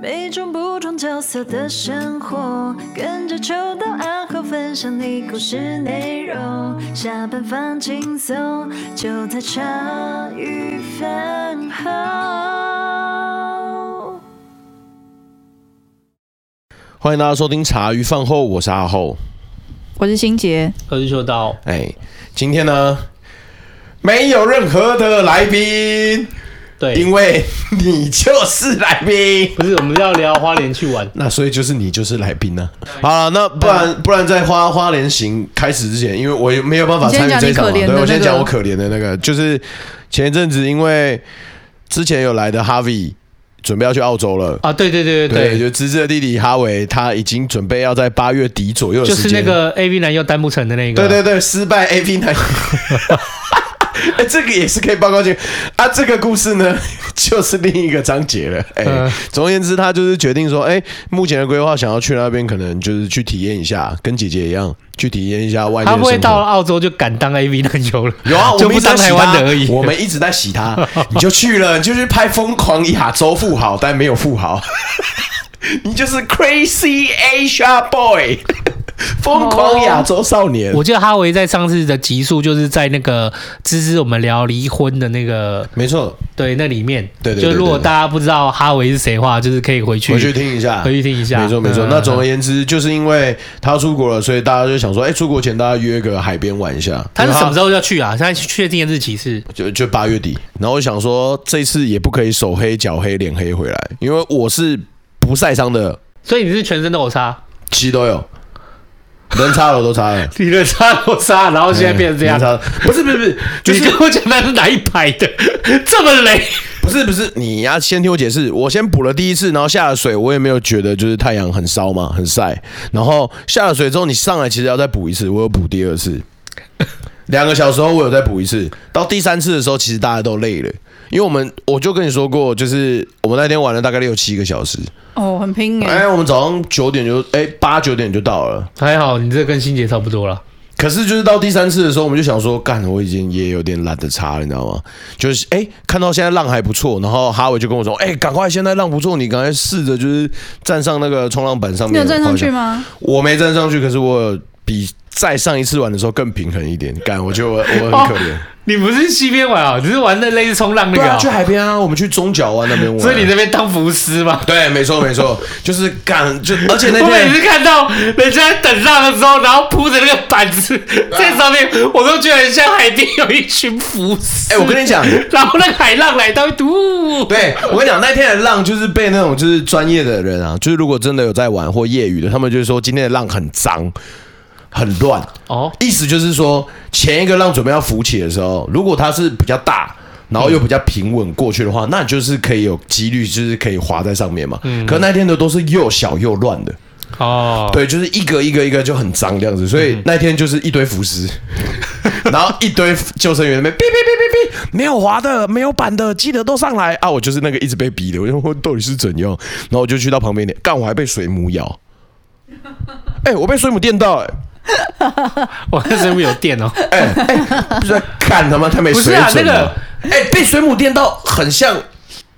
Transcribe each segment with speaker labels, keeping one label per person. Speaker 1: 每种不同角色的生活，跟着秋到暗号分享你故事内容。下班放轻松，就在茶余饭后。
Speaker 2: 欢迎大家收听茶余饭后，我是阿后。
Speaker 3: 我是心杰，
Speaker 4: 我是秀刀，
Speaker 2: 哎，今天呢，没有任何的来宾，
Speaker 4: 对，
Speaker 2: 因为你就是来宾。
Speaker 4: 不是我们要聊花莲去玩，
Speaker 2: 那所以就是你就是来宾啊呢、好了，那不然不然在花花莲行开始之前，因为我也没有办法参与这一场嘛，
Speaker 3: 你先讲你可怜的
Speaker 2: 对我先
Speaker 3: 那个
Speaker 2: 讲我可怜的那个，就是前一阵子因为之前有来的哈维准备要去澳洲了。
Speaker 4: 啊，对对对
Speaker 2: 对，
Speaker 4: 对
Speaker 2: 就芝芝的弟弟哈维，他已经准备要在八月底左右的
Speaker 4: 对，就
Speaker 2: 时
Speaker 4: 是
Speaker 2: 间，
Speaker 4: 那个 A V 男又担不成的那个，
Speaker 2: 对对对，失 败 A P 男。 哎，这个也是可以报告进去啊。这个故事呢， 就是另一个章节了。哎、
Speaker 4: 嗯
Speaker 2: 总而言之，他就是决定说，哎、目前的规划想要去那边，可能就是去体验一下，跟姐姐一样去体验一下外面的
Speaker 4: 他
Speaker 2: 生
Speaker 4: 不
Speaker 2: 活。
Speaker 4: 会到了澳洲就敢当 A V 男优了？
Speaker 2: 有 啊，我
Speaker 4: 就
Speaker 2: 们一
Speaker 4: 不
Speaker 2: 直在
Speaker 4: 当
Speaker 2: 洗
Speaker 4: 台湾
Speaker 2: 他
Speaker 4: 的而已。
Speaker 2: 我们一直在洗他， 你就去了，你就去拍《疯狂亚洲富豪》，但没有富豪， 你就是 Crazy Asia Boy，疯狂亚洲少年。
Speaker 4: 哦我记得哈维在上次的集数就是在那个芝芝我们聊离婚的那个
Speaker 2: 没错，
Speaker 4: 对那里面，
Speaker 2: 对对对
Speaker 4: 就如果
Speaker 2: 对对
Speaker 4: 大家不知道哈维是谁的话，就是可以回去
Speaker 2: 回去听一下，
Speaker 4: 回去听一下，
Speaker 2: 没错没错。
Speaker 4: 嗯
Speaker 2: 那总而言之，就是因为他出国了，所以大家就想说，哎、出国前大家约个海边玩一下。
Speaker 4: 他是什么时
Speaker 2: 候？
Speaker 4: 候要去啊？现在确定的日期是
Speaker 2: 就就八月底。然后我想说，这次也不可以手黑脚黑脸黑回来，因为我是不晒伤的，
Speaker 4: 所以你是全身都 有擦，
Speaker 2: 其实都有，人插了都插了。
Speaker 4: 你的擦都擦，然 后现在变成这样
Speaker 2: 人，插不是不是不是，就
Speaker 4: 你
Speaker 2: 是
Speaker 4: 跟我讲那是哪一排的？ 这么雷？
Speaker 2: 不是不是，你要先听我解释。我先补了第一次，然后下了水，我也没有觉得就是太阳很烧嘛，很晒。然后下了水之后，你上来其实要再补一次，我有补第二次。两个小时后我有再补一次，到第三次的时候，其实大家都累了，因为我们我就跟你说过，就是我们那天玩了大概六七个小时，
Speaker 3: 哦，很拼
Speaker 2: 哎、我们早上九点就哎八九点就到了，
Speaker 4: 还好你这跟欣姐差不多了。
Speaker 2: 可是就是到第三次的时候，我们就想说，干，我已经也有点懒得擦了，你知道吗？就是哎、看到现在浪还不错，然后哈维就跟我说，哎、赶快，现在浪不错，你赶快试着就是站上那个冲浪板上
Speaker 3: 你
Speaker 2: 面。
Speaker 3: 有站上去
Speaker 2: 吗？
Speaker 3: 吗？
Speaker 2: 我没站上去，可是我有比在上一次玩的时候更平衡一点。干，我觉得我我
Speaker 3: 哦
Speaker 2: 很可怜。
Speaker 4: 你不是西边玩啊，你是玩那类似冲浪那
Speaker 2: 对
Speaker 4: 个、
Speaker 2: 啊，去海边啊，我们去中角湾那边玩。啊
Speaker 4: 所以你那边当浮师嘛？
Speaker 2: 对，没错没错，就是干，就而 且那
Speaker 4: 我每
Speaker 2: 天
Speaker 4: 次看到人家在等浪的时候，然后铺着那个板 子
Speaker 2: 啊
Speaker 4: 在上面，我都觉得很像海边有一群浮 师。
Speaker 2: 哎我跟你讲
Speaker 4: 然后那个海浪来到，嘟，
Speaker 2: 对我跟你讲，那天的浪就是被那种就是专业的人啊，就是如果真的有在玩或业余的，他们就是说今天的浪很脏、很乱，
Speaker 4: 哦，
Speaker 2: 意思就是说前一个浪准备要浮起的时候，如果它是比较大。然后又比较平稳过去的话，那你就是可以有几率，就是可以滑在上面嘛。可那天的都是又小又乱的，
Speaker 4: 哦，
Speaker 2: 对，就是一个一个一个就很脏这样子，所
Speaker 4: 嗯
Speaker 2: 以那天就是一堆浮尸， 然后一堆救生员在那边哔哔哔哔哔，没有滑的，没有板的，记得都上来啊！我就是那个一直被逼的，我就说到底是怎样？然后我就去到旁边点，干，我还被水母 咬，哎、我被水母电到、哎
Speaker 4: 我那身边有电哦。
Speaker 2: 就哎在看他妈太没
Speaker 4: 不
Speaker 2: 水
Speaker 4: 是啊
Speaker 2: 准
Speaker 4: 那
Speaker 2: 了
Speaker 4: 个，
Speaker 2: 哎、被水母电到很像，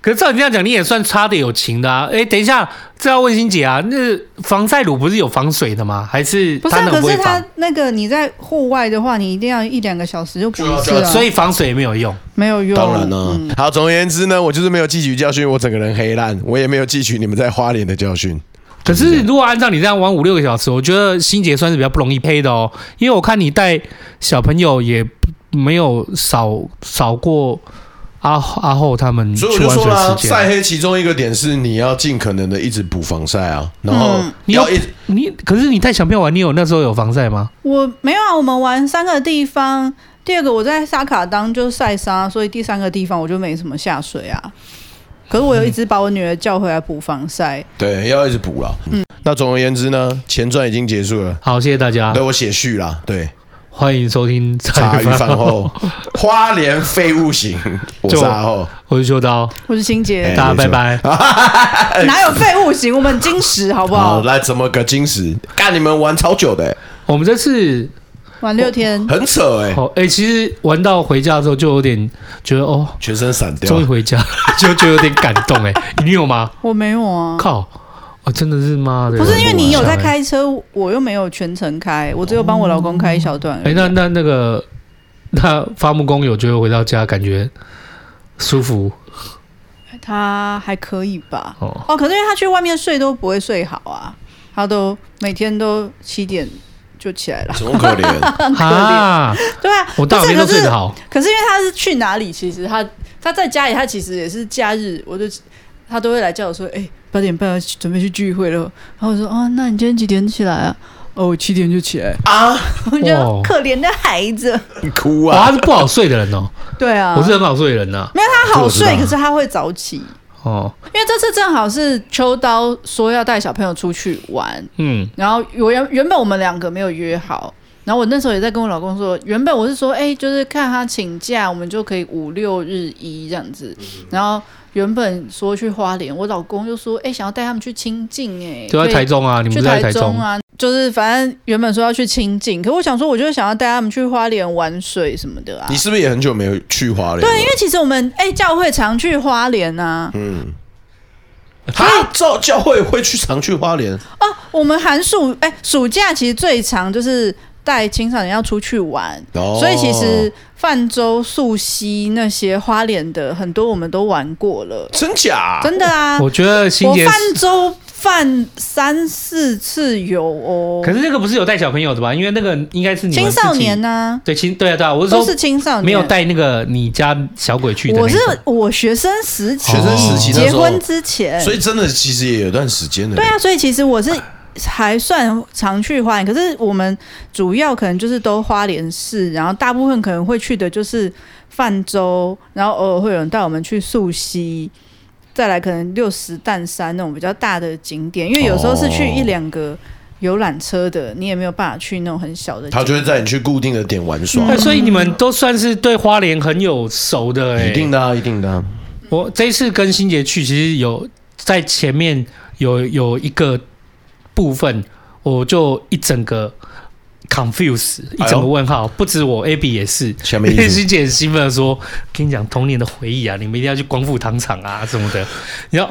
Speaker 4: 可是照你这样讲，你也算差的有情的啊！哎，等一下，这要问欣姐啊，那防晒乳不是有防水的吗？还是
Speaker 3: 不是、
Speaker 4: 它
Speaker 3: 啊，
Speaker 4: 那个
Speaker 3: 可
Speaker 4: 不会
Speaker 3: 是
Speaker 4: 防
Speaker 3: 它？那个你在户外的话，你一定要一两个小时就补一次啊，
Speaker 4: 所以防水也没有用。
Speaker 3: 没有用。
Speaker 2: 当然啊了、
Speaker 3: 嗯
Speaker 2: 好，总而言之呢，我就是没有汲取教训，我整个人黑烂，我也没有汲取你们在花莲的教训。
Speaker 4: 可是如果按照你这样玩五六个小时，我觉得欣姐算是比较不容易配的哦，因为我看你带小朋友也没有少少过阿阿后他们嗯去
Speaker 2: 所以我就
Speaker 4: 玩
Speaker 2: 说
Speaker 4: 水
Speaker 2: 啦，
Speaker 4: 时
Speaker 2: 晒
Speaker 4: 间。
Speaker 2: 黑其中一个点是你要尽可能的一直补防晒啊，然后
Speaker 3: 嗯
Speaker 4: 你
Speaker 2: 要
Speaker 4: 有
Speaker 2: 一直、
Speaker 4: 你，可是你带小朋友玩，你有那时候有防晒吗？
Speaker 3: 我没有啊，我们玩三个地方，第二个我在沙卡当就晒伤，所以第三个地方我就没什么下水啊。可是我有一直把我女儿叫回来补防晒，
Speaker 2: 对，要一直补啦。嗯，那总而言之呢，前传已经结束了，
Speaker 4: 好，谢谢大家
Speaker 2: 对，我写序啦， 对，
Speaker 4: 欢迎收听
Speaker 2: 茶余饭
Speaker 4: 后，
Speaker 2: 后，花莲废物型，我是
Speaker 4: 就
Speaker 2: 阿后，
Speaker 4: 我是秋刀，
Speaker 3: 我是欣
Speaker 2: 哎
Speaker 3: 姐，
Speaker 4: 大家
Speaker 2: 没
Speaker 4: 拜
Speaker 2: 错啊
Speaker 4: 拜。
Speaker 3: 哪有废物型？我们很矜持好不
Speaker 2: 好，
Speaker 3: 好？
Speaker 2: 来怎么个金石？干你们玩超久的、欸，
Speaker 4: 我们这次
Speaker 3: 玩六天，
Speaker 2: 很扯哎、
Speaker 4: 哦，哎、其实玩到回家的时候就有点觉得哦，
Speaker 2: 全身散掉
Speaker 4: 终于。回家了， 就就有点感动哎、你有吗？
Speaker 3: 我没有啊。
Speaker 4: 靠，哦，真的是妈的，
Speaker 3: 不是因为你有在
Speaker 4: 哎。
Speaker 3: 开车，我又没有全程开，我只有帮我老公开一小段而已。
Speaker 4: 哎、那那那个，那伐木工有觉得回到家感觉舒服
Speaker 3: 他还可以吧？
Speaker 4: 哦？
Speaker 3: 哦，可是因为他去外面睡都不会睡好啊，他都每天都七点就起来 了。
Speaker 2: 怎么可怜？
Speaker 4: 啊，
Speaker 3: 对啊，
Speaker 4: 我大
Speaker 3: 不是
Speaker 4: 学都
Speaker 3: 可是
Speaker 4: 睡得好，
Speaker 3: 可是因为他是去哪里，其实他他在家里，他其实也是假日，我就他都会来叫我说，哎、八点半要去准备去聚会了。然后我说，哦，那你今天几点起来啊？哦，我七点就起来啊！ 我觉
Speaker 4: 哇
Speaker 3: 得可怜的孩子，
Speaker 2: 你哭
Speaker 4: 哇，
Speaker 2: 啊！
Speaker 4: 他是不好睡的人哦，
Speaker 3: 对 啊，
Speaker 4: 我是很好睡的人呐、
Speaker 3: 没有他好睡
Speaker 2: 这我知，道
Speaker 3: 可是他会早起，因
Speaker 4: 哦，
Speaker 3: 为这次正好是秋刀说要带小朋友出去玩，
Speaker 4: 嗯，
Speaker 3: 然后我原原本我们两个没有约好，然后我那时候也在跟我老公说，原本我是说，哎、就是看他请假，我们就可以五六日一这样子。然后原本说去花莲，我老公就说，哎、想要带他们去清境、哎，
Speaker 4: 就在台
Speaker 3: 中，
Speaker 4: 中啊，你们
Speaker 3: 去
Speaker 4: 不是在
Speaker 3: 台
Speaker 4: 中？
Speaker 3: 啊，就是反正原本说要去清境，可我想说，我就想要带他们去花莲玩水什么的啊
Speaker 2: 你。是不是也很久没有去花莲？
Speaker 3: 对，因为其实我们哎、教会常去花莲啊，
Speaker 2: 嗯，他教教会会去常去花莲，
Speaker 3: 哦，我们寒暑哎、暑假其实最长就是带青少年要出去玩，
Speaker 2: 哦
Speaker 3: 所以其实泛舟、溯溪那些花莲的很多我们都玩过了，
Speaker 2: 真假？
Speaker 3: 真的啊！
Speaker 4: 我觉得新
Speaker 3: 我
Speaker 4: 杰，
Speaker 3: 泛舟泛三四次游哦，
Speaker 4: 可是那个不是有带小朋友的吧？因为那个应该是你们
Speaker 3: 青
Speaker 4: 自己
Speaker 3: 少年呢、
Speaker 4: 对青对啊对啊，我是
Speaker 3: 都
Speaker 4: 说
Speaker 3: 是青少年，
Speaker 4: 没有。带那个你家小鬼去的那
Speaker 3: 哦我是
Speaker 4: 种。
Speaker 3: 我学生时期，
Speaker 2: 学生时期那
Speaker 3: 哦结
Speaker 2: 时候
Speaker 3: 婚之前，
Speaker 2: 所以真的其实也有段时间了。
Speaker 3: 对啊，所以其实我是还算常去花莲，可是我们主要可能就是都花莲市，然后大部分可能会去的就是泛舟，然后偶尔会有人带我们去溯溪，再来可能六十担山那种比较大的景点，因为有时候是去
Speaker 2: 哦
Speaker 3: 一两个游览车的，你也没有办法去那种很小的景点。
Speaker 2: 他就会带你去固定的点玩耍，
Speaker 3: 嗯
Speaker 4: 哎所以你们都算是对花莲很有熟的哎、
Speaker 2: 一定的、啊，一定的、啊。
Speaker 4: 我这一次跟欣杰去，其实有在前面有有一个部分，我就一整个 confuse，一整个问号。不止我，AB 也是。
Speaker 2: 下面
Speaker 4: 因为
Speaker 2: 一组
Speaker 4: 欣姐很兴奋地说：“跟你讲童年的回忆啊，你们一定要去光复糖厂啊什么的。”你要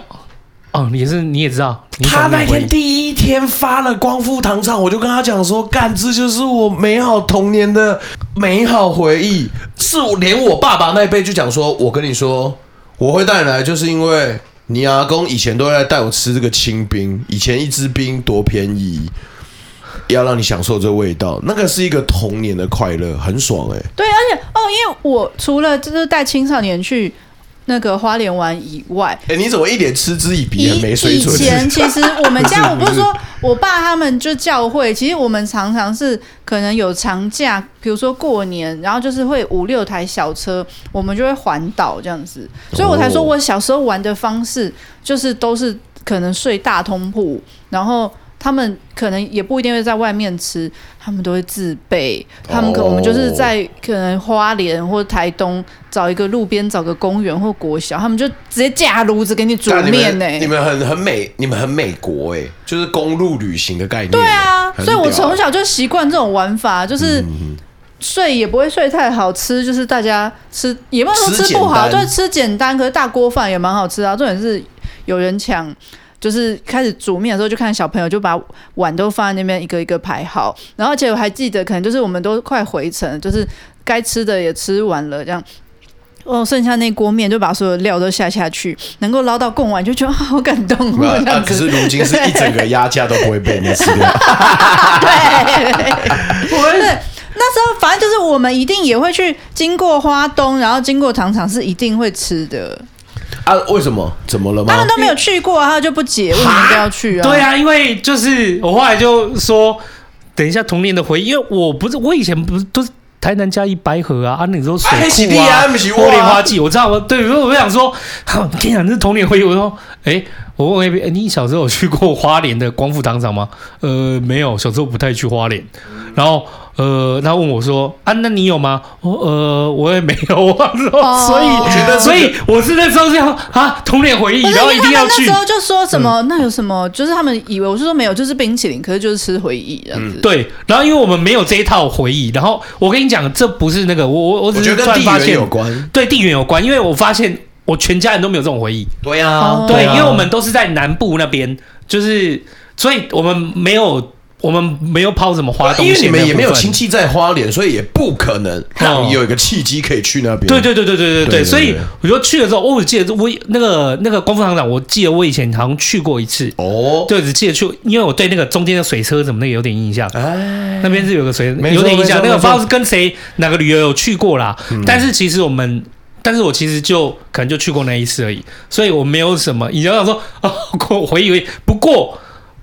Speaker 4: 哦，你也是你也知道，你
Speaker 2: 他
Speaker 4: 童年
Speaker 2: 那
Speaker 4: 回忆
Speaker 2: 天第一天发了光复糖厂，我就跟他讲说，干，这就是我美好童年的美好回忆。是我连我爸爸那一辈就讲说，我跟你说，我会带你来，就是因为你阿公以前都在带我吃这个清冰，以前一支冰多便宜。要让你享受这味道，那个是一个童年的快乐，很爽哎、
Speaker 3: 对，而且哦，因为我除了就是带青少年去那个花莲玩以外，
Speaker 2: 哎、你怎么一脸嗤之以鼻，
Speaker 3: 以
Speaker 2: 很没水准
Speaker 3: 以？前其实我们
Speaker 2: 不
Speaker 3: 家，
Speaker 2: 是
Speaker 3: 我不
Speaker 2: 不
Speaker 3: 是
Speaker 2: 是
Speaker 3: 说我爸他们就教会，其实我们常常是可能有长假，比如说过年，然后就是会五六台小车，我们就会环岛这样子。所以我才说
Speaker 2: 哦
Speaker 3: 我小时候玩的方式，就是都是可能睡大通铺，然后。他们可能也不一定会在外面吃，他们都会自备。他们可、
Speaker 2: 哦
Speaker 3: 我们就是在可能花莲或台东找一个路边找个公园或国小，他们就直接架炉子给你煮
Speaker 2: 干你们
Speaker 3: 面呢、
Speaker 2: 你们很很美，你们很美国哎、就是公路旅行的概念、
Speaker 3: 对啊，
Speaker 2: 很
Speaker 3: 所以我
Speaker 2: 屌嗯
Speaker 3: 从小就习惯这种玩法，就是睡也不会睡太好吃，就是大家吃也不能说
Speaker 2: 吃
Speaker 3: 吃不好，
Speaker 2: 简单
Speaker 3: 对，吃简单，可是大锅饭也蛮好吃啊。重点是有人抢。就是开始煮面的时候，就看小朋友就把碗都放在那边一个一个排好，然后而且我还记得，可能就是我们都快回程了，就是该吃的也吃完了，这样哦，剩下那锅面就把所有料都下下去，能够捞到贡丸就觉得啊好感动
Speaker 2: 没有
Speaker 3: 哦，这
Speaker 2: 啊
Speaker 3: 样
Speaker 2: 可是。
Speaker 3: 子
Speaker 2: 如今是一整个压价都不会被你吃掉，
Speaker 3: 对，我是那时候，反正就是我们一定也会去经过花东，然后经过糖厂是一定会吃的。
Speaker 2: 啊？为什么？怎么了吗
Speaker 3: 他？们都没有去过，然后就不解为什么都要去啊？
Speaker 4: 对，啊，因为就是我后来就说，等一下童年的回忆，因为我不是我以前不是都是台南嘉义白河啊，啊那时候水
Speaker 3: 哎
Speaker 2: 啊那是
Speaker 4: 库
Speaker 2: 你
Speaker 4: 啊
Speaker 2: 啊不是，我啊
Speaker 4: 花莲花季，我知道我对，所以我想说， 哈天啊，这是童年回忆。我说，哎，我问 A B，你小时候有去过花莲的光复糖厂吗？呃，没有，小时候不太去花莲。然后呃，他问我说啊，那你有吗？我呃，我也没有啊，
Speaker 3: 哦
Speaker 4: 所
Speaker 3: 我觉
Speaker 4: 以所以我是那时候这样啊，童年回忆，
Speaker 3: 不是，
Speaker 4: 然
Speaker 3: 因
Speaker 4: 后
Speaker 3: 为
Speaker 4: 一
Speaker 3: 他
Speaker 4: 定
Speaker 3: 们
Speaker 4: 要
Speaker 3: 那
Speaker 4: 去嗯
Speaker 3: 时，候就说什么，那有什么？就是他们以为我是说没有，就是冰淇淋，可是就是吃回忆这样子。
Speaker 4: 对，然后因为我们没有这一套回忆，然后我跟你讲，这不是那个，我我我
Speaker 2: 我
Speaker 4: 只
Speaker 2: 觉
Speaker 4: 是
Speaker 2: 得
Speaker 4: 突
Speaker 2: 跟
Speaker 4: 然
Speaker 2: 地
Speaker 4: 发
Speaker 2: 缘
Speaker 4: 现
Speaker 2: 有关。
Speaker 4: 对地缘有关，因为我发现我全家人都没有这种回忆，
Speaker 2: 对呀、
Speaker 3: 哦
Speaker 4: 对，
Speaker 3: 对啊
Speaker 4: 因为我们都是在南部那边，就是所以我们没有我们没有抛什么花东
Speaker 2: 因为你
Speaker 4: 线的部
Speaker 2: 们
Speaker 4: 分，
Speaker 2: 也没有亲戚在花莲，所以也不可能让你有一个契机可以去那边。
Speaker 4: 对对对对对对
Speaker 2: 对对
Speaker 4: 对，所以我就去了之后，哦我记得我那个那个光复厂长，我记得我以前好像去过一次，
Speaker 2: 哦，
Speaker 4: 对，只记得去，因为我对那个中间的水车什么那个有点印象，
Speaker 2: 哎，
Speaker 4: 那边是有个水
Speaker 2: 没错
Speaker 4: 有点印象，
Speaker 2: 没错嗯
Speaker 4: 那个不知
Speaker 2: 没
Speaker 4: 道
Speaker 2: 错
Speaker 4: 是跟谁哪个旅游有去过啦，但是其实我们。但是我其实就可能就去过那一次而已，所以我没有什么。你要想说啊， 我回忆回忆。不过，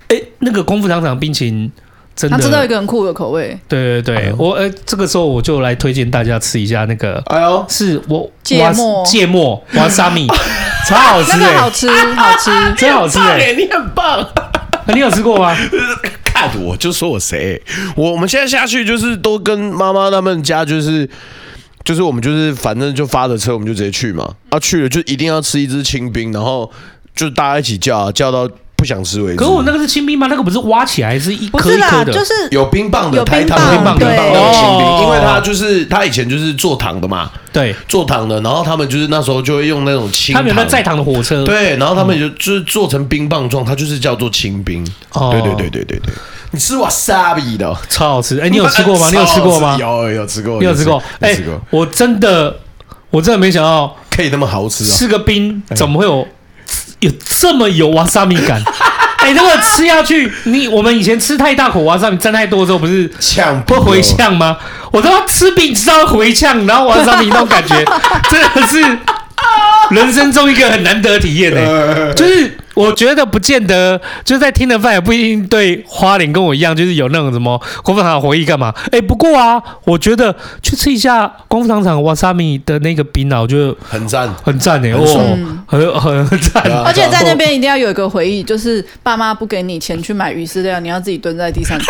Speaker 4: 哎、那个功夫糖厂冰淇淋真的，
Speaker 3: 他吃到一个很酷的口味，
Speaker 4: 对对对，
Speaker 2: 哎呦
Speaker 4: 我呃，这个时候我就来推荐大家吃一下那个
Speaker 2: 哎呦，
Speaker 4: 是我
Speaker 3: 芥末
Speaker 4: 哇芥末瓦 萨米，超好吃
Speaker 3: 那
Speaker 2: 欸
Speaker 3: 个好
Speaker 4: 哎，
Speaker 3: 吃，好吃。
Speaker 4: 真好吃哎！
Speaker 2: 你很 棒。
Speaker 4: 你有吃过吗？
Speaker 2: 看我就说我谁，我我们现在下去就是都跟妈妈他们家就是。就是我们就是反正就发的车，我们就直接去嘛。啊，去了就一定要吃一支清冰，然后就大家一起叫、啊，叫到不想吃为止。
Speaker 4: 可是我那个是清冰吗？那个不是挖起来是一
Speaker 3: 不
Speaker 4: 颗
Speaker 3: 是
Speaker 4: 一颗
Speaker 3: 啦，
Speaker 4: 的，
Speaker 3: 就是
Speaker 2: 有冰棒的，
Speaker 3: 有
Speaker 2: 台
Speaker 3: 冰
Speaker 2: 糖
Speaker 3: 棒
Speaker 2: 冰棒的，
Speaker 3: 对
Speaker 2: 然后清
Speaker 4: 哦
Speaker 2: 冰，因为他就是他以前就是做糖的嘛，
Speaker 4: 对，
Speaker 2: 做糖的，然后他们就是那时候就会用那种清
Speaker 4: 他
Speaker 2: 糖，
Speaker 4: 们有那载糖的火车，
Speaker 2: 对，然后他们就就是做成冰棒状，它就是叫做清冰。
Speaker 4: 哦
Speaker 2: 对对对对对对，你吃瓦萨比的哦，
Speaker 4: 超好吃。哎，你有吃 过吗？你有吃过吗？
Speaker 2: 有有吃过，
Speaker 4: 你有吃过？
Speaker 2: 有
Speaker 4: 哎
Speaker 2: 吃过，，
Speaker 4: 我真的，我真的没想到
Speaker 2: 可以那么好吃啊！
Speaker 4: 吃个冰怎么会有有这么有瓦萨米感？ 哎，那个吃下去，你我们以前吃太大口瓦萨米，沾太多之后不是
Speaker 2: 呛哦
Speaker 4: 会回呛吗？我都要吃饼知道回呛，然后晚上你那种感 觉，真的是人生中一个很难得的体验呢、欸
Speaker 2: 呃，
Speaker 4: 就是我觉得不见得，就是在听的饭也不一定对花莲跟我一样，就是有那种什么功夫糖厂回忆干嘛？哎、不过啊，我觉得去吃一下功夫糖厂瓦萨米的那个冰啊，我觉得
Speaker 2: 很赞。
Speaker 4: 很赞哎、
Speaker 2: 很爽
Speaker 4: 哦，很很
Speaker 2: 对
Speaker 4: 很赞。
Speaker 2: 啊
Speaker 3: 而且在那边一定要有一个回忆，就是爸妈不给你钱去买鱼饲料，你要自己蹲在地上捡。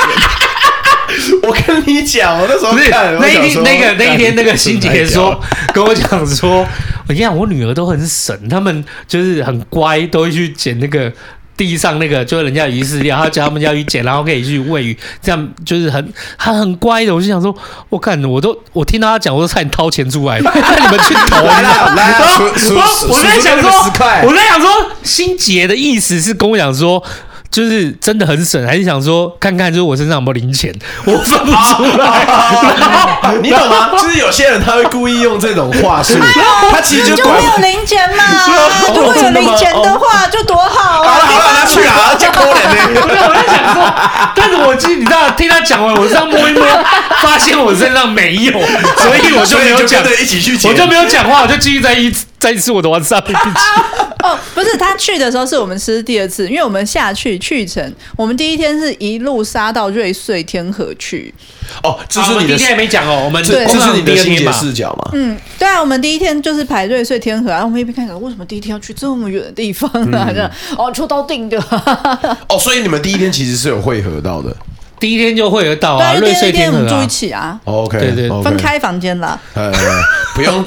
Speaker 2: 我跟你讲，我那 时候
Speaker 4: 不是
Speaker 2: 看
Speaker 4: 那一天，那个那一天，那个欣姐，
Speaker 2: 我想
Speaker 4: 说跟我讲说，我跟你讲，我女儿都很省，他们就是很乖，都会去捡那个地上那个，就是人家鱼饲料，她叫他们要去捡，然后可以去喂鱼，这样就是很她很乖的。我就想说，我看我都我听到她讲，我都差点掏钱出来，那你们去 投
Speaker 2: 看哎来了来
Speaker 4: 然
Speaker 2: 了，
Speaker 4: 后
Speaker 2: 数 数数
Speaker 4: 我我在
Speaker 2: 数
Speaker 4: 想
Speaker 2: 那
Speaker 4: 说
Speaker 2: 个十，块
Speaker 4: 我在想说，心杰的意思是跟我讲说，就是真的很省，还是想说看看就是我身上有没有零钱，我分不出来。
Speaker 2: 你懂吗？就是有些人他会故意用这种话 术，他其实就管。
Speaker 3: 有零钱嘛
Speaker 2: 哦真的吗
Speaker 3: 话就多好
Speaker 2: 好了好了，拿去了，啊，加可怜
Speaker 4: 我
Speaker 2: 的。
Speaker 4: 在我在想说，但是我记得你知道，听他讲完，我这样摸一摸，发现我身上没有， 所以我就没有讲
Speaker 2: 所以你就跟，着一起去捡
Speaker 4: 我就没有讲话，我就继续在一在吃我的 WhatsApp 冰淇淋。
Speaker 3: 哦，不是，他去的时候是我们吃第二次，因为我们下去去程，我们第一天是一路杀到瑞穗天河去。
Speaker 2: 哦，这是
Speaker 4: 啊我们
Speaker 2: 你
Speaker 4: 第
Speaker 2: 的
Speaker 4: 一天还没讲哦，我们
Speaker 2: 这
Speaker 4: 我
Speaker 2: 这
Speaker 4: 们
Speaker 2: 是你的
Speaker 4: 第二
Speaker 2: 心
Speaker 4: 天
Speaker 2: 结
Speaker 4: 吧
Speaker 2: 视角嘛？
Speaker 3: 嗯，对啊，我们第一天就是排瑞穗天河，然后我们一边看看为什么第一天要去这么远的地方啊？这样哦，抽到定的，
Speaker 2: 哦，所以你们第一天其实是有汇合到的。
Speaker 4: 第一天就会有 到
Speaker 3: 对啊，
Speaker 4: 啊，
Speaker 3: 因
Speaker 4: 瑞
Speaker 3: 为第
Speaker 4: 穗
Speaker 3: 二天
Speaker 4: 天
Speaker 3: 我们
Speaker 4: 河
Speaker 3: 住
Speaker 4: 啊
Speaker 3: 一。起啊，
Speaker 2: 哦 OK，
Speaker 4: 对对
Speaker 2: OK
Speaker 3: 分。开房间啦。
Speaker 2: 呃，不 用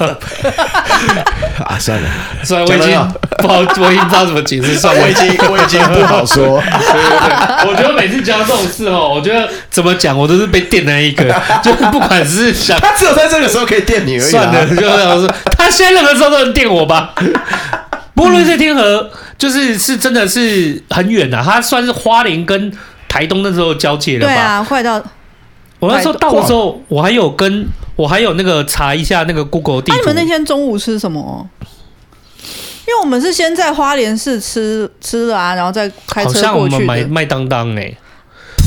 Speaker 2: 啊，算了，
Speaker 4: 所以我已
Speaker 2: 讲
Speaker 4: 经
Speaker 2: 到
Speaker 4: 不好，我已经不知道怎么解释，算了
Speaker 2: 我已经我已经不好 说。啊
Speaker 4: 我觉得每次讲到这种事哦，我觉得怎么讲我都是被电的那一个，就是不管是想
Speaker 2: 他只有在这个时候可以电你而已。啊
Speaker 4: 算了，，就这样说，他现在任何时候都能电我吧。 不过瑞穗天河就是是真的是很远啊，它算是花莲跟台东那时候交界了
Speaker 3: 对
Speaker 4: 吧？
Speaker 3: 啊，快到啊！
Speaker 4: 我那时候到的时候，我还有跟我还有那个查一下那个 Google 地图。
Speaker 3: 啊你们那天中午吃什么？因为我们是先在花莲市吃吃了啊，然后再开
Speaker 4: 好
Speaker 3: 车
Speaker 4: 像我
Speaker 3: 过
Speaker 4: 们
Speaker 3: 去
Speaker 4: 买
Speaker 3: 的。
Speaker 4: 麦当当哎、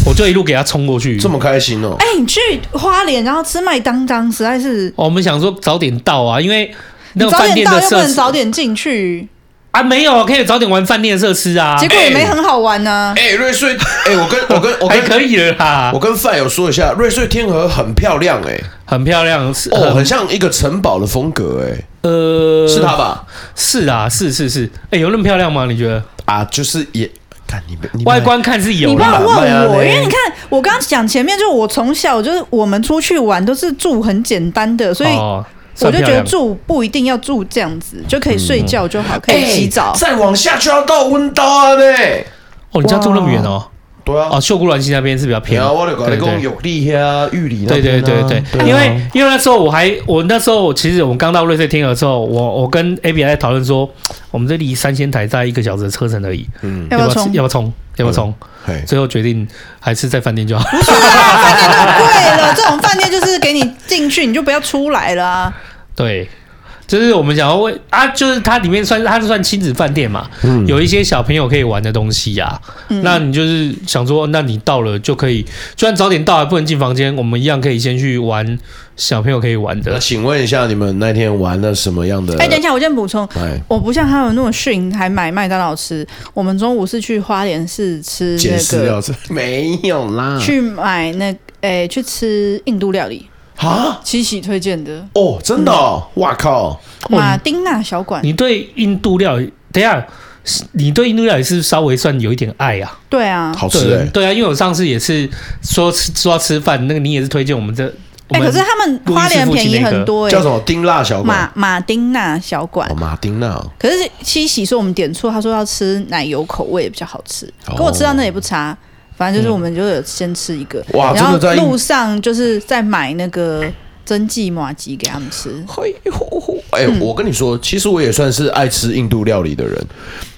Speaker 4: 我就一路给他冲过去。
Speaker 2: 这么开心哦。
Speaker 3: 哎、你去花莲然后吃麦当当，实在是
Speaker 4: 哦我们想说早点到啊，因为那
Speaker 3: 你
Speaker 4: 个
Speaker 3: 早点
Speaker 4: 饭店
Speaker 3: 到又
Speaker 4: 的
Speaker 3: 不
Speaker 4: 设
Speaker 3: 能
Speaker 4: 施
Speaker 3: 早点进去，
Speaker 4: 啊，没有可以早点玩饭店的设施啊，
Speaker 3: 结果也没很好玩啊呢、
Speaker 2: 哎，瑞 穗，哎，我跟我跟我
Speaker 4: 还
Speaker 2: 跟
Speaker 4: 可以啊了啦
Speaker 2: 我，跟范友说一下，瑞穗天河很漂亮哎，
Speaker 4: 很漂亮，是
Speaker 2: 哦，很像一个城堡的风格哎，
Speaker 4: 呃
Speaker 2: 是它吧？
Speaker 4: 是啊，是是是，哎、有那么漂亮吗？你觉得？
Speaker 2: 啊，就是也看你们，你们
Speaker 4: 外观看是有
Speaker 3: 你不要
Speaker 4: 啦，啊
Speaker 2: 麦芽
Speaker 3: 问我，
Speaker 2: 嘞
Speaker 3: 因为你看我刚刚讲前面，就是我从小就是我们出去玩都是住很简单的，所以
Speaker 4: 哦
Speaker 3: 我
Speaker 4: 算
Speaker 3: 就觉
Speaker 4: 漂
Speaker 3: 得
Speaker 4: 亮
Speaker 3: 住不一定要住这样子，就可以睡觉就好，可以洗
Speaker 2: 哎。
Speaker 3: 澡
Speaker 2: 再往下就要到温刀啊呢。
Speaker 4: 哦，你家住那么远哦，
Speaker 2: 对啊
Speaker 4: 哦，，秀姑峦溪那边是比较
Speaker 2: 对
Speaker 4: 偏，
Speaker 2: 啊，我就跟你
Speaker 4: 对
Speaker 2: 讲，
Speaker 4: 对
Speaker 2: 有利啊，玉里那
Speaker 4: 对对
Speaker 2: 边啊
Speaker 4: 对对，
Speaker 2: 啊
Speaker 4: 因为因为那时候我还我那时候我其实我们刚到瑞穗天鹅之后，我我跟 A B 还在讨论说，我们这离三仙台大概一个小时的车程而已，
Speaker 2: 嗯，
Speaker 3: 要不要冲
Speaker 4: 要不要冲？要不要冲？
Speaker 2: 嘿，
Speaker 4: 最后决定还是在饭店就好。
Speaker 3: 对了，这种饭店就是给你进去，你就不要出来了啊。
Speaker 4: 对，就是我们想要为啊，就是它里面算它是算亲子饭店嘛，有一些小朋友可以玩的东西呀、
Speaker 3: 嗯
Speaker 4: 那你就是想说，那你到了就可以，就算早点到还不能进房间，我们一样可以先去玩小朋友可以玩
Speaker 2: 那
Speaker 3: 嗯
Speaker 4: 的。
Speaker 2: 请问一下，你们那天玩了什么样的？
Speaker 3: 哎，等一下，我先补充，
Speaker 2: 哎，
Speaker 3: 我不像他们那么逊，还买麦当劳吃。我们中午是去花莲市吃
Speaker 2: 解
Speaker 3: 那
Speaker 2: 释料
Speaker 3: 个，
Speaker 2: 是 没有啦。
Speaker 3: 去买那哎去吃印度料理，
Speaker 2: 啊，
Speaker 3: 七喜推荐的
Speaker 2: 哦，真的哦，
Speaker 3: 嗯
Speaker 2: 哇
Speaker 3: 啊
Speaker 2: 靠！
Speaker 3: 马丁娜小馆。
Speaker 4: 你对印度料理，等一下。你对印度料理是稍微算有一点爱啊，
Speaker 3: 对啊，
Speaker 2: 好吃
Speaker 4: 对
Speaker 2: 哎、
Speaker 4: 对啊，因为我上次也是说吃说要吃饭，那个你也是推荐我们这，我
Speaker 3: 哎，
Speaker 4: 们
Speaker 3: 可是他们花莲便宜很多
Speaker 2: 叫
Speaker 3: 哎
Speaker 2: 什。么丁辣小馆
Speaker 3: 马马丁娜小馆
Speaker 2: 哦，，马丁娜哦
Speaker 3: 可是七喜说我们点错，他说要吃奶油口味比较好吃，
Speaker 2: 哦
Speaker 3: 可我吃到那也不差。反正就是我们就有先吃一个，
Speaker 2: 哇
Speaker 3: 然
Speaker 2: 真
Speaker 3: 后
Speaker 2: 的在
Speaker 3: 路上就是在买那个蒸汽麻吉给他们吃。
Speaker 2: 嘿吼吼哎、
Speaker 3: 嗯
Speaker 2: 我跟你说，其实我也算是爱吃印度料理的人。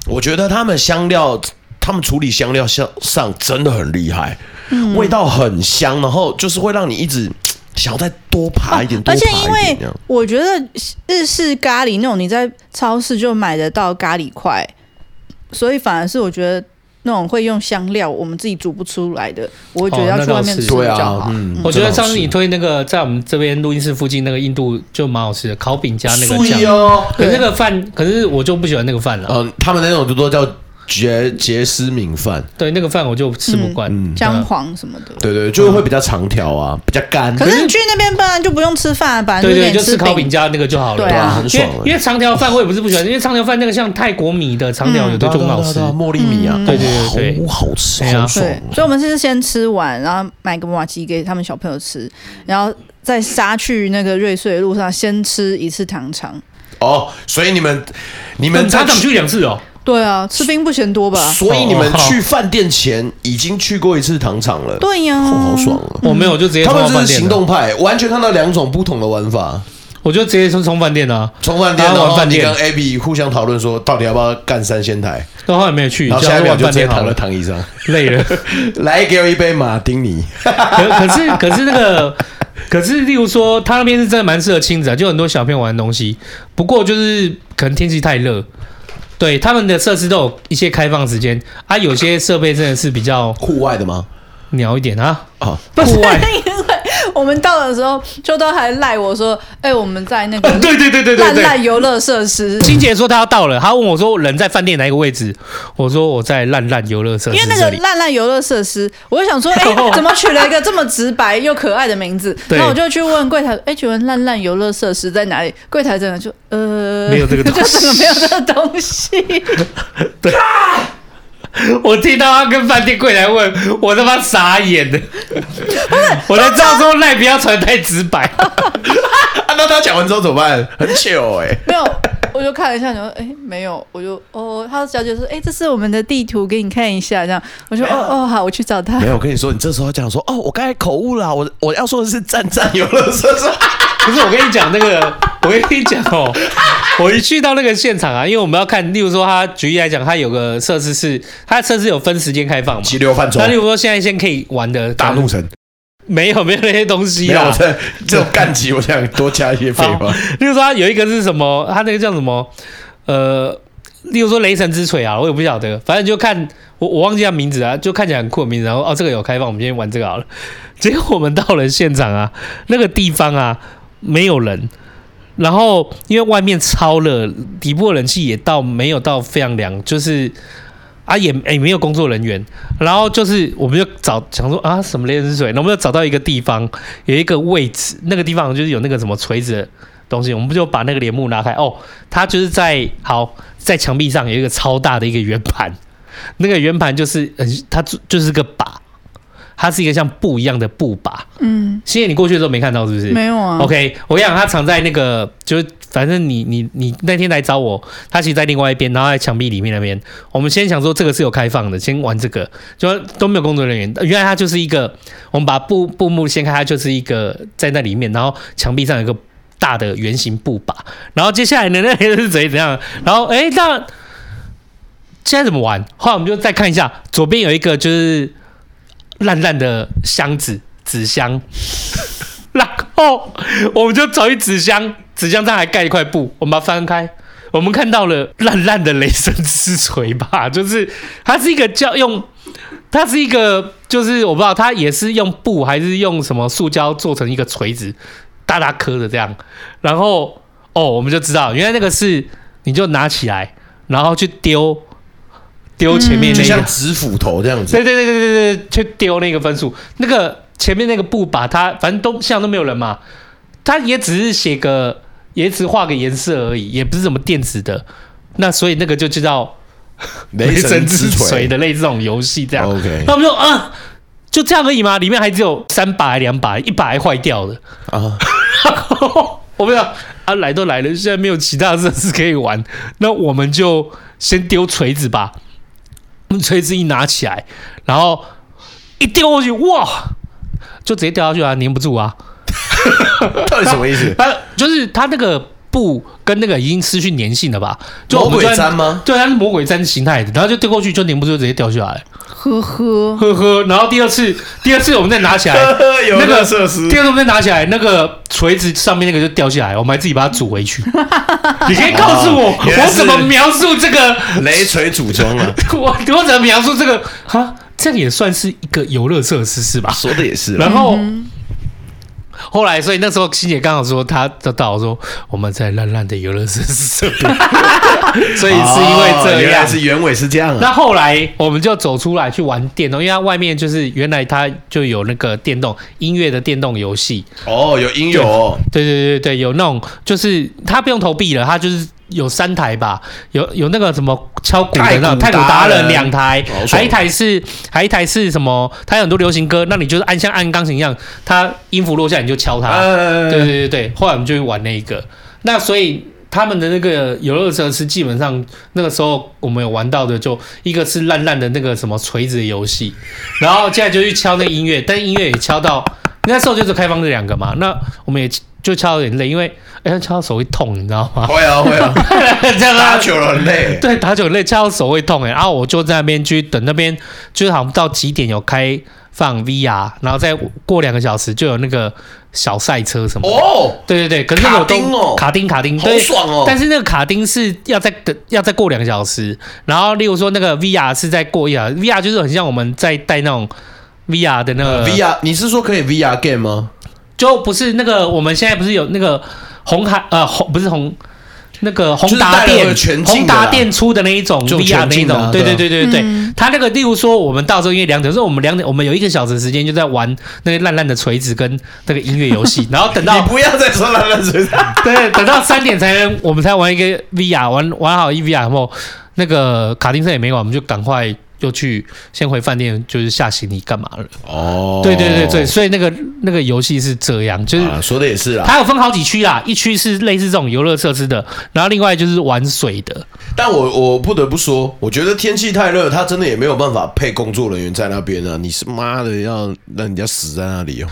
Speaker 2: 我觉得他们香料，他们处理香料上上真的很厉害，
Speaker 3: 嗯
Speaker 2: 味道很香，然后就是会让你一直想要再多爬一点，多
Speaker 3: 啊而且
Speaker 2: 爬
Speaker 3: 因
Speaker 2: 一点
Speaker 3: 为
Speaker 2: 这样。
Speaker 3: 我觉得日式咖喱那种你在超市就买得到咖喱块，所以反而是我觉得那种会用香料我们自己煮不出来的，我会觉得
Speaker 4: 哦
Speaker 3: 要
Speaker 4: 那
Speaker 3: 去
Speaker 4: 倒
Speaker 3: 外面
Speaker 4: 是
Speaker 3: 吃比
Speaker 2: 对
Speaker 3: 较
Speaker 2: 啊
Speaker 3: 好。，
Speaker 2: 嗯，
Speaker 4: 我觉得上次你
Speaker 2: 真的
Speaker 4: 推那个在我们这边录音室附近那个印度就蛮好吃的，烤饼加
Speaker 2: 好吃
Speaker 4: 那个
Speaker 2: 注意
Speaker 4: 酱。
Speaker 2: 哦，
Speaker 4: 可是那个饭，可是我就不喜欢那个饭了。哦
Speaker 2: 嗯，他们那种就都叫杰杰斯米饭，
Speaker 4: 对，那个饭我就吃不惯。
Speaker 2: 嗯
Speaker 3: 姜黄什么的。
Speaker 2: 对对，就是会比较长条啊，比较干。
Speaker 3: 可是你去那边本来就不用吃饭，反正
Speaker 4: 对对，
Speaker 3: 点
Speaker 4: 就
Speaker 3: 吃
Speaker 4: 吃烤饼加那个就好了。
Speaker 3: 对啊
Speaker 2: 很
Speaker 4: 因
Speaker 2: 爽
Speaker 4: 为
Speaker 2: 欸。
Speaker 4: 因为长条饭我也不是不喜欢，因为长条饭那个像泰国米的长条有的就很好吃
Speaker 2: 对。啊对啊对啊茉莉米啊，
Speaker 4: 对对对对
Speaker 2: 好好吃，
Speaker 4: 对啊
Speaker 2: 好爽
Speaker 3: 对，所以我们是先吃完，然后买个麻吉给他们小朋友吃，然后再杀去那个瑞穗的路上，先吃一次糖肠。
Speaker 2: 哦。所以你们你
Speaker 4: 你
Speaker 2: 们在
Speaker 4: 常常去两次哦？
Speaker 3: 对啊，吃冰不嫌多吧？
Speaker 2: 所以你们
Speaker 4: 哦
Speaker 2: 去饭店前已经去过一次糖厂了，
Speaker 3: 对呀、
Speaker 2: 哦，好爽啊！
Speaker 4: 我没有，我就直接
Speaker 2: 他
Speaker 4: 冲到
Speaker 2: 们这
Speaker 4: 饭
Speaker 2: 是
Speaker 4: 店
Speaker 2: 行
Speaker 4: 了。
Speaker 2: 动派，完全看到两种不同的玩法。
Speaker 4: 我就直接冲冲饭店啊，
Speaker 2: 从饭店，
Speaker 4: 大
Speaker 2: 然
Speaker 4: 家玩
Speaker 2: 后
Speaker 4: 饭
Speaker 2: 你
Speaker 4: 店
Speaker 2: 跟 Abby 互相讨论说，到底要不要干三仙台？
Speaker 4: 到后来没有去，
Speaker 2: 然后下一
Speaker 4: 就
Speaker 2: 秒
Speaker 4: 玩
Speaker 2: 就
Speaker 4: 饭
Speaker 2: 直接
Speaker 4: 店好
Speaker 2: 躺在
Speaker 4: 了，
Speaker 2: 躺椅上，
Speaker 4: 累了。
Speaker 2: 来给我一杯马丁尼。
Speaker 4: 可可是可是那个，可是例如说，他那边是真的蛮适合亲子啊，就很多小朋友玩的东西。不过就是可能天气太热，对他们的设施都有一些开放时间啊，有些设备真的是比较
Speaker 2: 户外的吗？
Speaker 4: 鸟一点啊。
Speaker 2: 啊，
Speaker 3: 不是
Speaker 4: 户外
Speaker 3: 因为我们到的时候，秋刀还赖我说：“哎、我们在那个
Speaker 4: 呃 对对对对对
Speaker 3: 烂
Speaker 4: 对。
Speaker 3: 烂游乐设施。
Speaker 4: 清姐说她要到了，她问我说人在饭店哪一个位置？我说我在烂烂游乐设
Speaker 3: 因为
Speaker 4: 施
Speaker 3: 那
Speaker 4: 这
Speaker 3: 个
Speaker 4: 里。
Speaker 3: 烂烂游乐设施，我就想 说，哎、怎么取了一个这么直白又可爱的名字？
Speaker 4: 对
Speaker 3: 然后我就去问柜台，哎、请问烂烂游乐设施在哪里？柜台真的就呃，
Speaker 4: 没有这个东西
Speaker 3: 就真的没有这个东西。
Speaker 4: 我听到他跟饭店柜台问，我他妈傻眼的，我才知道说赖不要传太直白。
Speaker 2: 啊 那他讲完之后怎么办？很糗哎。
Speaker 3: 没有，我就看了一下，然后哎没有，我就哦，他小姐说，哎、这是我们的地图，给你看一下，这样，我就哦哦好，我去找他
Speaker 2: 没。有，我跟你说，你这时候讲说，哦，我刚才口误了，我我要说的是站站游乐设施。
Speaker 4: 不是，我跟你讲那个， 我跟你讲哦，我一去到那个现场啊，因为我们要看，例如说它举例来讲，它有个设施是它设施有分时间开放嘛。
Speaker 2: 急流泛舟
Speaker 4: 那，例如说现在先可以玩的
Speaker 2: 大怒神，
Speaker 4: 没有没有那些东 西啊
Speaker 2: 没有
Speaker 4: 啦。
Speaker 2: 这这种干集，我想多加一些废话。
Speaker 4: 例如说它有一个是什么，它那个叫什么？呃，例如说雷神之锤啊，我也不晓得，反正就看我我忘记它名字啊，就看起来很酷的名字。然后哦，这个有开放，我们今天玩这个好了。 结果我们到了现场啊，那个地方啊没有人，然后因为外面超热，底部的冷气也到没有到非常凉，就是啊也也没有工作人员，然后就是我们就找想说啊什么雷神之水，能不能找到一个地方有一个位置，那个地方就是有那个什么锤子的东西，我们不就把那个帘幕拿开哦，它就是在好在墙壁上有一个超大的一个圆盘，那个圆盘就是很，它就就是个把，它是一个像布一样的布把。
Speaker 3: 嗯，
Speaker 4: 星爷，你过去的时候没看到是不是？
Speaker 3: 没有啊。
Speaker 4: OK，我跟你讲，它藏在那个，就是反正你你你那天来找我，它其实在另外一边，然后在墙壁里面那边。我们先想说这个是有开放的，先玩这个，就都没有工作人员。原来它就是一个，我们把布布幕掀开，它就是一个在那里面，然后墙壁上有一个大的圆形布把，然后接下来呢，那个是怎怎样？然后哎，那现在怎么玩？后来我们就再看一下，左边有一个就是烂烂的箱子，纸箱。 然后哦我们就找一纸箱，纸箱上还盖一块布，我们把它翻开，我们看到了烂烂的雷神之锤吧，就是它是一个叫用，它是一个就是我不知道它也是用布还是用什么塑胶做成一个锤子，大大颗的这样，然后哦我们就知道原来那个是你就拿起来，然后去丢丢前面
Speaker 2: 就
Speaker 4: 那个、
Speaker 2: 像纸斧头这样子。
Speaker 4: 对对对对对对，去丢那个分数，那个前面那个布把它，反正都现在都没有人嘛，它也只是写个，也只画个颜色而已，也不是什么电子的，那所以那个就叫
Speaker 2: 雷神之锤
Speaker 4: 的类似这种游戏这样。
Speaker 2: OK
Speaker 4: 那我们说啊、就这样而已嘛，里面还只有三把还两把，一把还坏掉的。
Speaker 2: 啊，
Speaker 4: 我们想啊，来都来了，现在没有其他设施可以玩，那我们就先丢锤子吧。我们锤子一拿起来，然后一丢过去，哇，就直接掉下去啊，粘不住啊。
Speaker 2: 到底什么意 思？
Speaker 4: 它就是它那个布跟那个已经失去粘性了吧？就
Speaker 2: 魔
Speaker 4: 我们
Speaker 2: 鬼
Speaker 4: 就在
Speaker 2: 毡吗？
Speaker 4: 对，它是魔鬼毡形态的，然后就丢过去就粘不住，就直接掉下来，
Speaker 3: 呵呵，
Speaker 4: 呵呵。然后第二次，第二次我们再拿起来，
Speaker 2: 有
Speaker 4: 那个
Speaker 2: 设施
Speaker 4: 第二次我们再拿起来，那个锤子上面那个就掉下来，我们还自己把它组回去。你可以告诉我，
Speaker 2: 哦原来
Speaker 4: 我
Speaker 2: 是
Speaker 4: 怎么描述这个？
Speaker 2: 雷锤组装 啊，
Speaker 4: 我我怎么描述这个？哈，这也算是一个游乐设施是吧？
Speaker 2: 啊说的也是啦。
Speaker 4: 然后、后来，所以那时候欣姐刚好说，她的导说我们在烂烂的游乐设施这边， 所以是因为
Speaker 2: 哦
Speaker 4: 这
Speaker 2: 原来
Speaker 4: 样。
Speaker 2: 是原委是这样啊。
Speaker 4: 那后来我们就走出来去玩电动，因为它外面就是原来它就有那个电动音乐的电动游戏，
Speaker 2: 哦，有音有哦，
Speaker 4: 对对对对，有那种就是他不用投币了，他就是有三台吧，有有那个什么敲鼓的那种
Speaker 2: 太
Speaker 4: 太
Speaker 2: 鼓
Speaker 4: 鼓
Speaker 2: 达哦
Speaker 4: 达
Speaker 2: 人
Speaker 4: 人两台
Speaker 2: 好，爽
Speaker 4: 还一台是还一台是什么？它有很多流行歌，那你就是按像按钢琴一样，它音符落下你就敲它。对对
Speaker 2: 呃，
Speaker 4: 对对，后来我们就去玩那一个，那所以。他们的那个游乐设施，基本上那个时候我们有玩到的，就一个是烂烂的那个什么锤子的游戏，然后现在就去敲那个音乐，但是音乐也敲到那时候就是开放这两个嘛，那我们也就敲得有点累，因为哎、敲到手会痛，你知道吗？
Speaker 2: 会啊会 啊，
Speaker 4: 这样
Speaker 2: 打久了很累。
Speaker 4: 对，打久累，敲到手会痛哎、然后我就在那边去等那边，就是好像到几点有开放 VR，然后再过两个小时就有那个小赛车什么的。
Speaker 2: 哦，
Speaker 4: 对对对，可是那个我都
Speaker 2: 卡丁哦
Speaker 4: 卡丁卡丁，
Speaker 2: 好
Speaker 4: 对，
Speaker 2: 爽哦。
Speaker 4: 但是那个卡丁是要再等，要再过两个小时。然后，例如说那个 VR 是再过一小时，VR 就是很像我们在戴那种 VR 的那个、
Speaker 2: VR，你是说可以 VR game 吗？
Speaker 4: 就不是那个我们现在不是有那个红海呃红不是红那个宏
Speaker 2: 就
Speaker 4: 达
Speaker 2: 是带了
Speaker 4: 电
Speaker 2: 个全镜
Speaker 4: 宏
Speaker 2: 的啦啊
Speaker 4: 达电出的那一种
Speaker 2: 就
Speaker 4: VR
Speaker 2: 全
Speaker 4: 那一
Speaker 2: 镜的啊
Speaker 4: 种，对
Speaker 2: 对
Speaker 4: 对
Speaker 2: 啊
Speaker 4: 对对对，
Speaker 3: 嗯
Speaker 4: 它那个例如说我们到时候因为两点，所以我们两点我们有一个小时时间就在玩那个烂烂的锤子跟那个音乐 游戏，然后等
Speaker 2: 你
Speaker 4: 到
Speaker 2: 不要再说烂烂水
Speaker 4: 对，等到三点才能，我们才玩一个 VR，玩玩好一 VR 后，那个卡丁车也没玩，我们就赶快又去先回饭店，就是下行李干嘛了？
Speaker 2: 哦
Speaker 4: 对对对对，所以那个那个游戏是这样，就是。
Speaker 2: 啊，说的也是啦。
Speaker 4: 它有分好几区啦，一区是类似这种游乐设施的，然后另外就是玩水的。
Speaker 2: 但我我不得不说，我觉得天气太热，他真的也没有办法配工作人员在那边啊。你是妈的要让人家死在那里哦。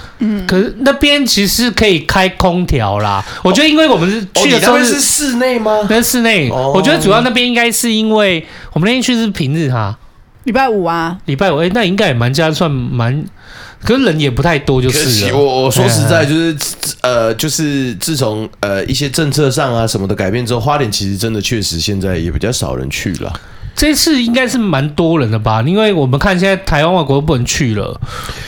Speaker 4: 可是那边其实可以开空调啦，我觉得因为我们是
Speaker 2: 哦，
Speaker 4: 去
Speaker 2: 你
Speaker 4: 的时
Speaker 2: 那
Speaker 4: 候
Speaker 2: 边是室内吗？
Speaker 4: 那室内，
Speaker 2: 哦
Speaker 4: 我觉得主要那边应该是因为我们那天去是平日哈、
Speaker 3: 礼拜五啊，
Speaker 4: 礼拜五，哎、那应该也蛮加算蛮，可是人也不太多就
Speaker 2: 可
Speaker 4: 是
Speaker 2: 惜
Speaker 4: 了。哎
Speaker 2: 我我说实在就是呃，就是自从呃一些政策上啊什么的改变之后，花莲其实真的确实现在也比较少人去了。
Speaker 4: 这次应该是蛮多人的吧，因为我们看现在台湾外国都不能去了，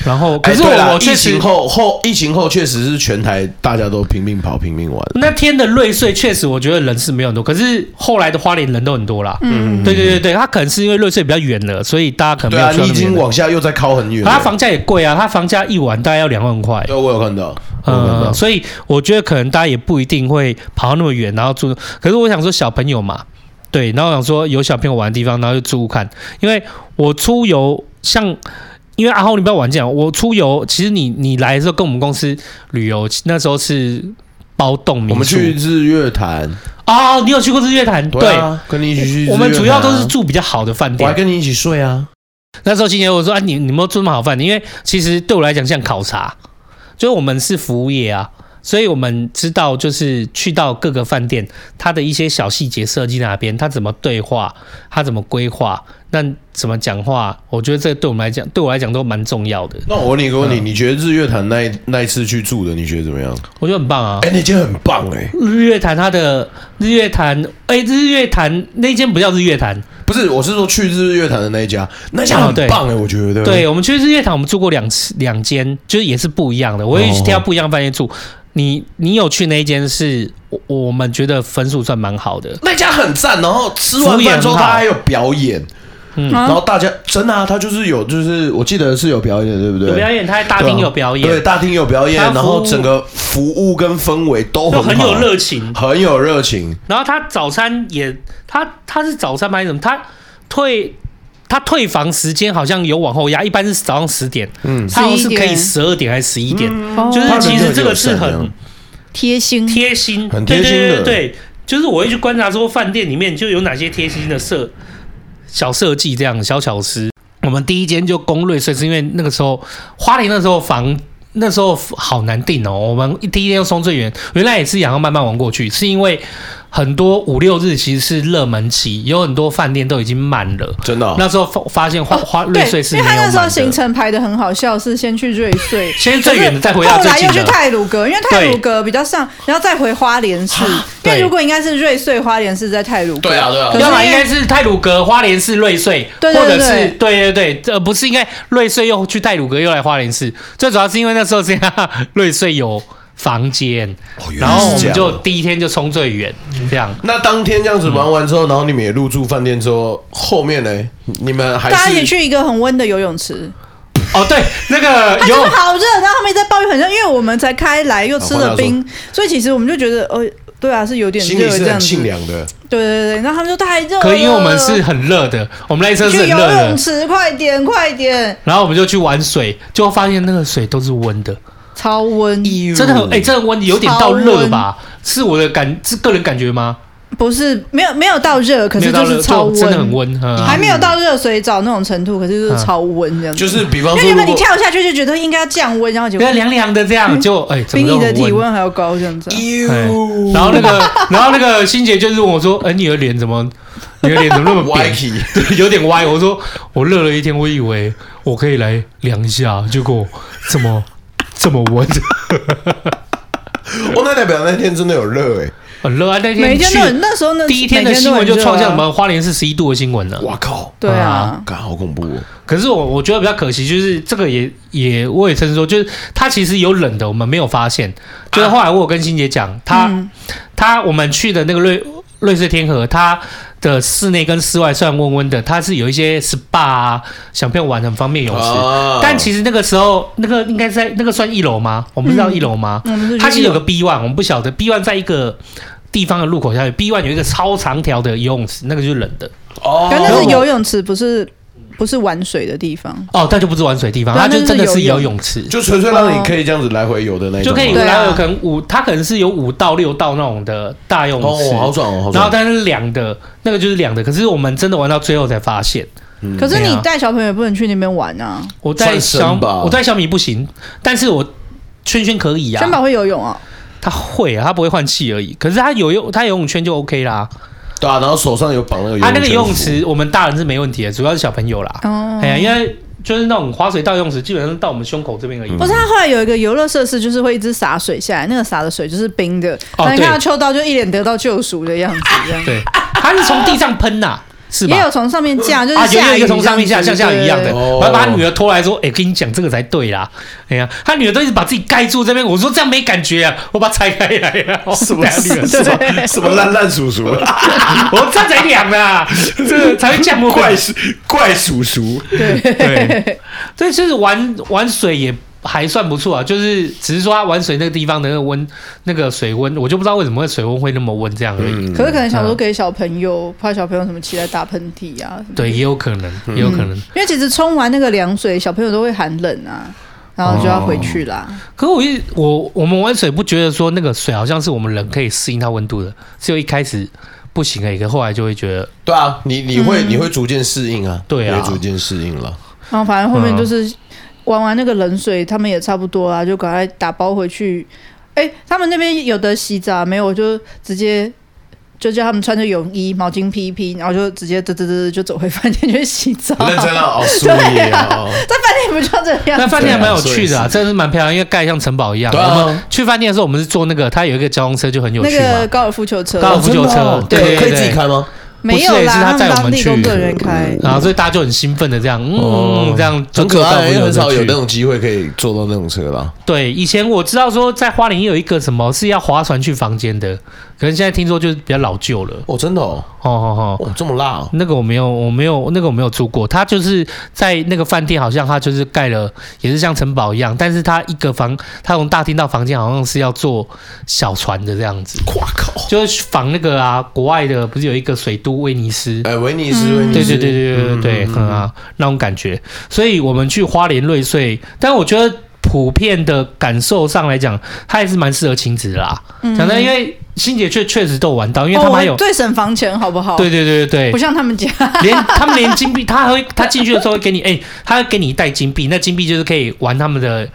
Speaker 4: 然后可是我、
Speaker 2: 哎对啦
Speaker 4: 我
Speaker 2: 疫
Speaker 4: 确实
Speaker 2: 情后后疫情后确实是全台大家都拼命跑拼命玩。
Speaker 4: 那天的瑞穗确实我觉得人是没有很多，可是后来的花莲人都很多啦。
Speaker 3: 嗯，
Speaker 4: 对对对对，他可能是因为瑞穗比较远了，所以大家可
Speaker 2: 对
Speaker 4: 能没
Speaker 2: 啊，你
Speaker 4: 有去到
Speaker 2: 已
Speaker 4: 那边
Speaker 2: 经
Speaker 4: 了。
Speaker 2: 往下又在靠很远了。
Speaker 4: 他房价也贵啊，他房价一晚大概要两万块。
Speaker 2: 对，我有看到，我有看
Speaker 4: 呃，
Speaker 2: 到。
Speaker 4: 所以我觉得可能大家也不一定会跑到那么远，然后住。可是我想说，小朋友嘛，对，然后我想说有小朋友玩的地方，然后就住看，因为我出游像。因为阿浩，你不要玩这样。我出游，其实你你来的时候跟我们公司旅游，那时候是包栋民宿。
Speaker 2: 我们去日月潭，
Speaker 4: 哦，你有去过日月潭？对，
Speaker 2: 啊，跟你一起去日月潭啊。
Speaker 4: 我们主要都是住嗯比较好的饭
Speaker 2: 我还
Speaker 4: 店。
Speaker 2: 跟你一起睡啊。
Speaker 4: 那时候今年我说啊，你你们有住那么好饭店？因为其实对我来讲像考察，就是我们是服务业啊，所以我们知道就是去到各个饭店，它的一些小细节设计哪边，它怎么对话，它怎么规划，那怎么讲话，我觉得这对我们来讲，对我来讲都蛮重要的。
Speaker 2: 那我问你一个问题，你觉得日月潭那一那一次去住的，你觉得怎么样？
Speaker 4: 我觉得很棒啊。
Speaker 2: 哎，那间很棒哎，
Speaker 4: 日月潭，它的日月潭，哎、日月潭那间不叫日月潭，
Speaker 2: 不是，我是说去日月潭的那一家，那家
Speaker 4: 哦
Speaker 2: 很
Speaker 4: 对
Speaker 2: 棒哎，我觉得。
Speaker 4: 对，我们去日月潭，我们住过两次两间，就是也是不一样的。我也
Speaker 2: 哦
Speaker 4: 去挑不一样的饭店住。你你有去那一间是我我们觉得分数算蛮好的，
Speaker 2: 那家很赞，然后吃完
Speaker 4: 服务也
Speaker 2: 饭
Speaker 4: 很
Speaker 2: 之后
Speaker 4: 好
Speaker 2: 他还有表演，
Speaker 3: 啊
Speaker 4: 嗯
Speaker 2: 然后大家真的啊，他就是有，就是我记得是有表演的，对不对？
Speaker 4: 有表演，他在大
Speaker 2: 对啊
Speaker 4: 厅有表演，
Speaker 2: 对，大厅有表演，
Speaker 4: 他服务
Speaker 2: 然后整个服务跟氛围都
Speaker 4: 就
Speaker 2: 很
Speaker 4: 很
Speaker 2: 好啊
Speaker 4: 有热情。
Speaker 2: 很有热情。
Speaker 4: 然后他早餐也，他他是早餐还是什么？他退他退房时间好像有往后压，一般是早上十点，
Speaker 2: 嗯
Speaker 4: 他好像是可
Speaker 3: 11
Speaker 4: 以
Speaker 3: 点
Speaker 4: 十二点还是十一点，
Speaker 3: 哦
Speaker 4: 就是其实这个
Speaker 2: 他
Speaker 4: 是
Speaker 2: 人就有善良
Speaker 4: 很
Speaker 3: 贴心，
Speaker 4: 贴心，
Speaker 2: 很
Speaker 4: 对
Speaker 2: 贴心的
Speaker 4: 对对对，就是我会去观察说饭店里面就有哪些贴心的设小设计，这样小巧思。我们第一间就攻略所以是因为那个时候花莲那时候房那时候好难定哦。我们第一天就松最远，原来也是想要慢慢玩过去，是因为很多五六日其实是热门期，有很多饭店都已经满了。
Speaker 2: 真的哦、
Speaker 4: 那时候发发现花花瑞穗
Speaker 3: 哦对，
Speaker 4: 是
Speaker 3: 因
Speaker 4: 没
Speaker 3: 为
Speaker 4: 有
Speaker 3: 他
Speaker 4: 满
Speaker 3: 那时候行
Speaker 4: 的，
Speaker 3: 程排的很好笑，是先去瑞穗，
Speaker 4: 先最远的再回到
Speaker 3: 后
Speaker 4: 最
Speaker 3: 来
Speaker 4: 近
Speaker 3: 又去
Speaker 4: 的。
Speaker 3: 泰鲁阁，因为泰鲁阁比较上，然后再回花莲市。因为
Speaker 4: 啊对
Speaker 3: 如果应该是瑞穗、花莲市在泰鲁阁，
Speaker 2: 对啊对啊
Speaker 3: 可是
Speaker 4: 要么应
Speaker 3: 因为
Speaker 4: 该是泰鲁阁、花莲市、瑞穗，
Speaker 3: 对对
Speaker 4: 或者
Speaker 3: 对
Speaker 4: 是对对对，这呃不是应该瑞穗又去泰鲁阁又来花莲市，最主要是因为那时候这样，瑞穗有房间，
Speaker 2: 哦原
Speaker 4: 然
Speaker 2: 来
Speaker 4: 后我
Speaker 2: 是这样
Speaker 4: 们就第一天就冲最远，
Speaker 3: 嗯
Speaker 4: 这样
Speaker 2: 那当天这样子
Speaker 4: 嗯
Speaker 2: 玩完之后，然后你们也入住饭店之后，后面呢，你们还
Speaker 3: 大家也
Speaker 2: 是
Speaker 3: 去一个很温的游泳池，
Speaker 4: 哦对，那个
Speaker 3: 它真
Speaker 4: 有
Speaker 3: 的好热，然后他们一直在抱怨很热，因为我们才开来又
Speaker 4: 哦
Speaker 3: 吃了冰，所以其实我们就觉得，呃，对啊，是有点
Speaker 2: 心里
Speaker 3: 热
Speaker 2: 是
Speaker 3: 这样
Speaker 2: 很
Speaker 3: 子。
Speaker 2: 清
Speaker 3: 对
Speaker 2: 凉的。
Speaker 3: 对对，然后他们说太热了，
Speaker 4: 可以，因为我们是很热的，我们那一车是
Speaker 3: 去
Speaker 4: 很热
Speaker 3: 游泳
Speaker 4: 的，
Speaker 3: 池，快点快点，
Speaker 4: 然后我们就去玩水，就发现那个水都是温的，
Speaker 3: 超温，
Speaker 4: 真的很哎、真的温有点到热吧？是我的感是个人感觉吗？
Speaker 3: 不是没有没有到热，可
Speaker 4: 没
Speaker 3: 是
Speaker 4: 有到
Speaker 3: 就
Speaker 4: 热
Speaker 3: 是超
Speaker 4: 就真的很温，嗯
Speaker 3: 还没有到热水澡那种程度，可是就是超温这样子。
Speaker 2: 就是比方说，
Speaker 3: 因为
Speaker 2: 如
Speaker 3: 原本你
Speaker 2: 果
Speaker 3: 跳下去就觉得应该要降温，然后结
Speaker 4: 对，
Speaker 3: 果
Speaker 4: 凉凉的这样，就哎、怎
Speaker 3: 比
Speaker 4: 么都
Speaker 3: 你的
Speaker 4: 很
Speaker 3: 体温还要高这样子啊。
Speaker 4: 哎
Speaker 2: 呦
Speaker 4: 然后那个，然后那个欣姐就是问我说：“哎、你的脸怎么，你的脸怎么那么
Speaker 2: 歪
Speaker 4: 扁，
Speaker 2: 起，
Speaker 4: 对有点歪？”我说：“我热了一天，我以为我可以来量一下，结果怎么这么温？
Speaker 2: 我哦那代表那天真的有热哎，
Speaker 4: 很热啊！那
Speaker 3: 每
Speaker 4: 天
Speaker 3: 天
Speaker 4: 去
Speaker 3: 都很，那时候那
Speaker 4: 第一天的新闻就创下我？
Speaker 3: 每天都很热啊
Speaker 4: 们花莲是十一度的新闻了。
Speaker 2: 哇靠，
Speaker 3: 对啊，
Speaker 2: 感好恐怖哦。
Speaker 4: 可是我我觉得比较可惜，就是这个也也我也曾说，就是它其实有冷的，我们没有发现。就是后来我有跟欣姐讲，她、
Speaker 3: 嗯
Speaker 4: 它我们去的那个瑞瑞穗天河，它的室内跟室外虽然温温的，它是有一些 SPA 啊，小朋友玩很方便泳池。
Speaker 2: 啊
Speaker 4: 但其实那个时候，那个应该在那个算一楼吗？我们知道一楼吗？
Speaker 3: 我们嗯是
Speaker 4: 它其实有个 B one，我们不晓得 B one 在一个地方的入口下面，B one 有一个超长条的游泳池，那个就是冷的
Speaker 2: 哦
Speaker 3: 可那是游泳池，不是不是玩水的地方。
Speaker 4: 哦，但就不是玩水地方，
Speaker 3: 对
Speaker 4: 它就
Speaker 3: 那
Speaker 4: 真的
Speaker 3: 就是是游
Speaker 4: 游
Speaker 3: 泳
Speaker 4: 泳池，
Speaker 2: 就纯粹让你可以这样子来回游的那一
Speaker 4: 就
Speaker 2: 种吗，
Speaker 4: 可以
Speaker 3: 对啊
Speaker 4: 来有可能五，它可能是有五到六道那种的大泳池，
Speaker 2: 哦，好爽哦，好
Speaker 4: 然
Speaker 2: 爽。
Speaker 4: 后但是凉的，那个就是凉的。可是我们真的玩到最后才发现，
Speaker 2: 嗯
Speaker 3: 可是
Speaker 4: 对
Speaker 3: 你
Speaker 4: 啊
Speaker 3: 带小朋友也不能去那边玩啊，
Speaker 4: 我在
Speaker 2: 算
Speaker 4: 小
Speaker 2: 深吧
Speaker 4: 我在小米不行，但是我圈圈可以呀、
Speaker 3: 轩宝会游泳啊，
Speaker 4: 他会啊，他不会换气而已。可是他游泳，他游泳圈就 OK 啦。啊
Speaker 2: 对啊，然后手上有绑那个
Speaker 4: 他那个
Speaker 2: 圈
Speaker 4: 游泳
Speaker 2: 服
Speaker 4: 池，我们大人是没问题的，主要是小朋友啦。
Speaker 3: 哦
Speaker 4: 哎，呀，因为就是那种滑水道游泳池，基本上到我们胸口这边而已。
Speaker 2: 嗯
Speaker 3: 不是，它后来有一个游乐设施，就是会一直洒水下来，那个洒的水就是冰的，
Speaker 4: 哦
Speaker 3: 然后你
Speaker 4: 对
Speaker 3: 看到秋刀就一脸得到救赎的 样子，这样。
Speaker 4: 对，他是从地上喷呐、是吧？
Speaker 3: 也有从上面降，就是
Speaker 4: 啊，有
Speaker 3: 下
Speaker 4: 有
Speaker 3: 雨
Speaker 4: 一个从上面下
Speaker 3: 这样
Speaker 4: 像
Speaker 3: 子
Speaker 4: 像一样的，
Speaker 3: 对
Speaker 2: 哦
Speaker 4: 我还把他女儿拖来说：“哎、跟你讲这个才对啦。”哎呀，他女儿都一直把自己盖住这边，我说这样没感觉啊，我把它拆开来啊，我
Speaker 2: 什么
Speaker 4: 带女儿
Speaker 2: 什
Speaker 4: 说
Speaker 2: 么 什么烂烂叔叔，
Speaker 4: 我说这样才凉啊，这个才会降温。
Speaker 2: 怪叔怪叔叔，
Speaker 4: 对，所以就是玩玩水也还算不错啊，就是只是说他玩水那个地方的那个温，那个水温，我就不知道为什么会水温会那么温这样而已。
Speaker 2: 嗯，
Speaker 3: 可是可能想说给小朋友，怕小朋友什么起来打喷嚏啊，什么
Speaker 4: 对，也有可能，也有可能。
Speaker 3: 因为其实冲完那个凉水，小朋友都会寒冷啊，然后就要回去啦。
Speaker 4: 可我一我我们玩水不觉得说那个水好像是我们人可以适应它温度的，只有一开始不行而已，可后来就会觉得
Speaker 2: 对啊，你你会你会逐渐适应啊，
Speaker 4: 嗯对啊
Speaker 2: 你会逐渐适应了。
Speaker 3: 然后反正后面就是玩完那个冷水，他们也差不多啊，就赶快打包回去。哎、他们那边有的洗澡没有，我就直接就叫他们穿着泳衣、毛巾披一披，然后就直接嘚嘚嘚就走回饭店去洗 澡。
Speaker 2: 认真啊，哦，输
Speaker 3: 对
Speaker 2: 液
Speaker 3: 啊
Speaker 2: 哦，，
Speaker 3: 在饭店不就这
Speaker 4: 那
Speaker 3: 样？
Speaker 4: 饭店还蛮有趣的、
Speaker 2: 啊
Speaker 4: 啊，
Speaker 2: 对啊
Speaker 4: 真的是蛮漂亮，因为盖像城堡一样。
Speaker 2: 对啊
Speaker 4: 我们去饭店的时候，我们是坐那个，它有一个交通车就很有
Speaker 3: 那
Speaker 4: 趣嘛
Speaker 3: 个。高尔夫球车
Speaker 4: 高尔夫球车
Speaker 2: 哦
Speaker 4: 对
Speaker 2: 可
Speaker 4: 对
Speaker 2: 可以
Speaker 4: 对
Speaker 2: 自己开吗？
Speaker 3: 没有
Speaker 4: 不是是
Speaker 3: 啦，
Speaker 4: 他
Speaker 3: 他
Speaker 4: 载我们
Speaker 3: 当地
Speaker 4: 去
Speaker 3: 工作人员开。
Speaker 4: 然后所以大家就很兴奋的这样，嗯，
Speaker 2: 哦
Speaker 4: 这样就
Speaker 2: 很可
Speaker 4: 坐高尔
Speaker 2: 爱，因为
Speaker 4: 夫球
Speaker 2: 很
Speaker 4: 车
Speaker 2: 少有
Speaker 4: 去
Speaker 2: 那种机会可以坐到那种车啦。
Speaker 4: 对，以前我知道说在花莲有一个什么是要划船去房间的，可能现在听说就是比较老旧了。
Speaker 2: 哦，真的哦，
Speaker 4: 哦哦哦，
Speaker 2: 哦，这么辣哦，
Speaker 4: 那个我没有，我没有，那个我没有住过。他就是在那个饭店，好像他就是盖了，也是像城堡一样，但是他一个房，他从大厅到房间好像是要坐小船的这样子，
Speaker 2: 哇靠！
Speaker 4: 就是仿那个啊，国外的不是有一个水都威尼斯？
Speaker 2: 哎，威尼斯，威尼
Speaker 4: 嗯对
Speaker 2: 斯，
Speaker 4: 对对对对对，
Speaker 2: 嗯
Speaker 4: 很啊，那种感觉。所以我们去花莲瑞穗，但我觉得普遍的感受上来讲，它还是蛮适合亲子的啦。讲真，因为欣姐确确实都有玩到，因为他们还有
Speaker 3: 嗯哦、最省房钱，好不好？
Speaker 4: 对，对对对
Speaker 3: 不
Speaker 4: 对，
Speaker 3: 像他们家，
Speaker 4: 连他们连金币，他还会他进去的时候会给你，哎，他会给你一袋金币，那金币就是可以玩他们的，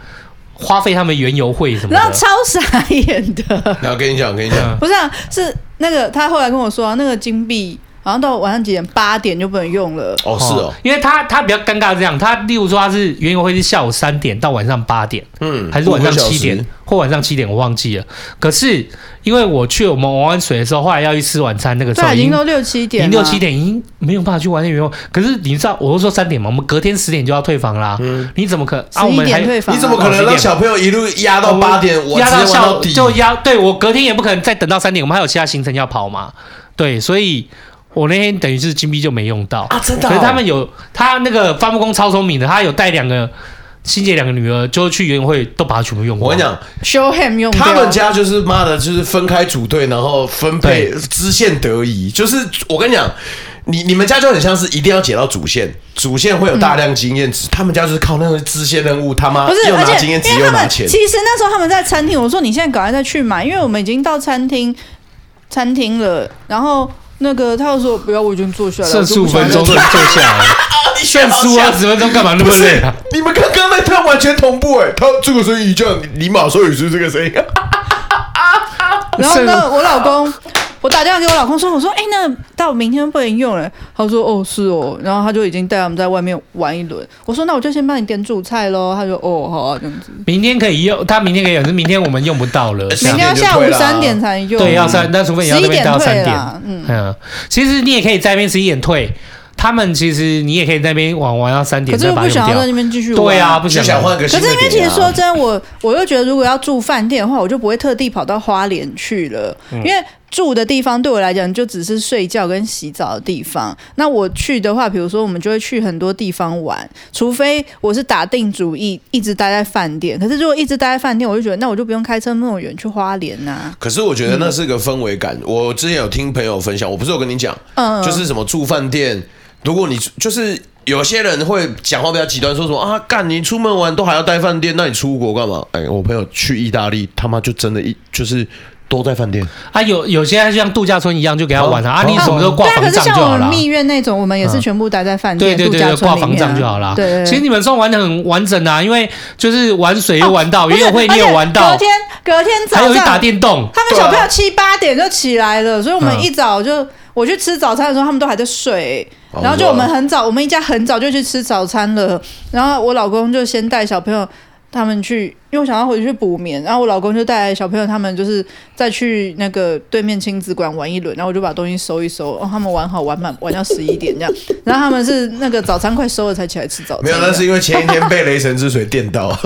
Speaker 4: 花费他们原油会什么
Speaker 3: 然后
Speaker 4: 的。
Speaker 3: 超傻眼的。
Speaker 2: 然后跟你讲，跟你
Speaker 4: 嗯
Speaker 2: 讲，
Speaker 3: 不是、啊，是那个他后来跟我说、那个金币好像到晚上几点，八点就不能用了。
Speaker 2: 哦，是哦，，
Speaker 4: 因为他他比较尴尬这样，他例如说他是原油会是下午三点到晚上八点，
Speaker 2: 嗯，
Speaker 4: 还是晚上
Speaker 2: 五个小
Speaker 4: 七
Speaker 2: 时
Speaker 4: 点，或晚上七点，我忘记了。可是因为我去我们玩完水的时候，后来要去吃晚餐，那个时
Speaker 3: 对啊，
Speaker 4: 候
Speaker 3: 已
Speaker 4: 已
Speaker 3: 经
Speaker 4: 经
Speaker 3: 都六七
Speaker 4: 已
Speaker 3: 点
Speaker 4: 经
Speaker 3: 了，
Speaker 4: 六七点，已经没有办法去玩那个游泳。可是你知道，我都说三点嘛，我们隔天十点就要退房啦。
Speaker 2: 嗯
Speaker 4: 你怎么可啊？
Speaker 3: 十
Speaker 4: 我
Speaker 3: 一
Speaker 4: 们还
Speaker 3: 点退房、哦
Speaker 2: 你怎么可能让小朋友一路压到八点？我
Speaker 4: 压
Speaker 2: 直接
Speaker 4: 到
Speaker 2: 玩
Speaker 4: 下午
Speaker 2: 底，
Speaker 4: 就压，对我隔天也不可能再等到三点，我们还有其他行程要跑嘛。对，所以我那天等于是金币就没用到
Speaker 2: 啊真的哦
Speaker 4: 可是他们有他那个伐木工超聪明的，他有带两个欣姐两个女儿，就去游泳会都把它全部用
Speaker 2: 我
Speaker 4: 光。
Speaker 2: 跟你
Speaker 3: 嗯
Speaker 2: 讲，
Speaker 3: show him 用掉
Speaker 2: 他们家就是妈的，就是分开组队，然后分配
Speaker 4: 对
Speaker 2: 支线得宜。就是我跟你讲，你你们家就很像是一定要解到主线，主线会有大量经验值，他们家就是靠那个支线任务，他妈
Speaker 3: 不是，
Speaker 2: 又
Speaker 3: 而
Speaker 2: 拿
Speaker 3: 且
Speaker 2: 经验值
Speaker 3: 因为
Speaker 2: 又
Speaker 3: 他
Speaker 2: 拿
Speaker 3: 们
Speaker 2: 钱
Speaker 3: 其。实那时候他们在餐厅，我说你现在赶快再去买，因为我们已经到餐厅餐厅了，然后。那个，他又说不要，我已经坐下来了，
Speaker 4: 剩
Speaker 3: 我就
Speaker 4: 十五
Speaker 3: 不想
Speaker 4: 分钟
Speaker 3: 再
Speaker 4: 就坐下来了，
Speaker 2: 炫啊
Speaker 4: 剩 十五二十分钟干嘛那
Speaker 2: 不
Speaker 4: 么累
Speaker 2: 是
Speaker 4: 啊？，
Speaker 2: 你们刚刚那段完全同步哎、他这个声音一样，你马上也是这个声音，
Speaker 3: 然后呢，我老公，我打电话给我老公说，我说，哎、那到明天不能用了。他说，哦，是哦。然后他就已经带他们在外面玩一轮。我说，那我就先帮你点主菜喽。他说，哦，好啊，这样子。
Speaker 4: 明天可以用，他明天可以用，可是明天我们用不 到了。
Speaker 2: 是
Speaker 4: 这
Speaker 3: 明
Speaker 4: 样
Speaker 3: 天要下
Speaker 2: 就
Speaker 3: 午
Speaker 2: 退啦
Speaker 3: 三点才用，
Speaker 4: 对，要三，那除非你要
Speaker 3: 十
Speaker 4: 那
Speaker 3: 一
Speaker 4: 边
Speaker 3: 点
Speaker 4: 待到三
Speaker 3: 退
Speaker 4: 点。
Speaker 3: 啦。嗯，
Speaker 4: 嗯，其实你也可以在那边十一点退，他们其实你也可以在那边玩玩到三点
Speaker 3: 可是
Speaker 4: 再
Speaker 3: 我
Speaker 4: 把
Speaker 3: 不
Speaker 4: 它用
Speaker 3: 想要在
Speaker 4: 掉。
Speaker 3: 那边继续玩。
Speaker 4: 对啊，。不
Speaker 2: 就想换个
Speaker 3: 可
Speaker 2: 新
Speaker 3: 是
Speaker 2: 的、啊。
Speaker 3: 因为其实说真的，我我又觉得，如果要住饭店的话，我就不会特地跑到花莲去了，
Speaker 4: 嗯
Speaker 3: 因为住的地方对我来讲就只是睡觉跟洗澡的地方。那我去的话，比如说我们就会去很多地方玩，除非我是打定主意一直待在饭店。可是如果一直待在饭店，我就觉得那我就不用开车那么远去花莲啊呐、
Speaker 2: 可是我觉得那是个氛围感。我之前有听朋友分享，我不是有跟你讲，
Speaker 3: 嗯
Speaker 2: 就是什么住饭店，如果你就是有些人会讲话比较极端，说什么啊，干你出门玩都还要待饭店，那你出国干嘛？哎，我朋友去意大利，他妈就真的一就是都在饭店，
Speaker 4: 啊，有有些像度假村一样就给他玩了啊，
Speaker 2: 哦
Speaker 4: 你什么时候挂
Speaker 3: 对啊，
Speaker 4: 房
Speaker 3: 可是
Speaker 4: 帐就
Speaker 3: 像我
Speaker 4: 好
Speaker 3: 们
Speaker 4: 了。
Speaker 3: 蜜月那种，我们也是
Speaker 4: 嗯
Speaker 3: 全部待在饭
Speaker 4: 对
Speaker 3: 店、
Speaker 4: 对
Speaker 3: 度
Speaker 4: 对
Speaker 3: 假
Speaker 4: 对，
Speaker 3: 村
Speaker 4: 挂
Speaker 3: 里面啊
Speaker 4: 房帐就好了。
Speaker 3: 对对，对
Speaker 4: 其实你们算玩的很完整啊，因为就是玩水又玩到，
Speaker 3: 哦不是
Speaker 4: 约会你也玩
Speaker 3: 而
Speaker 4: 到
Speaker 3: 且，隔天隔天早
Speaker 4: 还有去
Speaker 3: 上
Speaker 4: 打电动。
Speaker 3: 他们小朋友七八点就起来了，所以我们一早就我去吃早餐的时候，他们都还在睡。
Speaker 2: 哦
Speaker 3: 然后就我们很早，我们一家很早就去吃早餐了。然后我老公就先带小朋友他们去，因为我想要回去补眠。然后我老公就带小朋友他们就是再去那个对面亲子馆玩一轮，然后我就把东西收一收，哦，他们玩好玩满玩到十一点这样。然后他们是那个早餐快收了才起来吃早餐
Speaker 2: 没
Speaker 3: 这
Speaker 2: 有，
Speaker 3: 样。
Speaker 2: 那是因为前一天被雷神之水电到，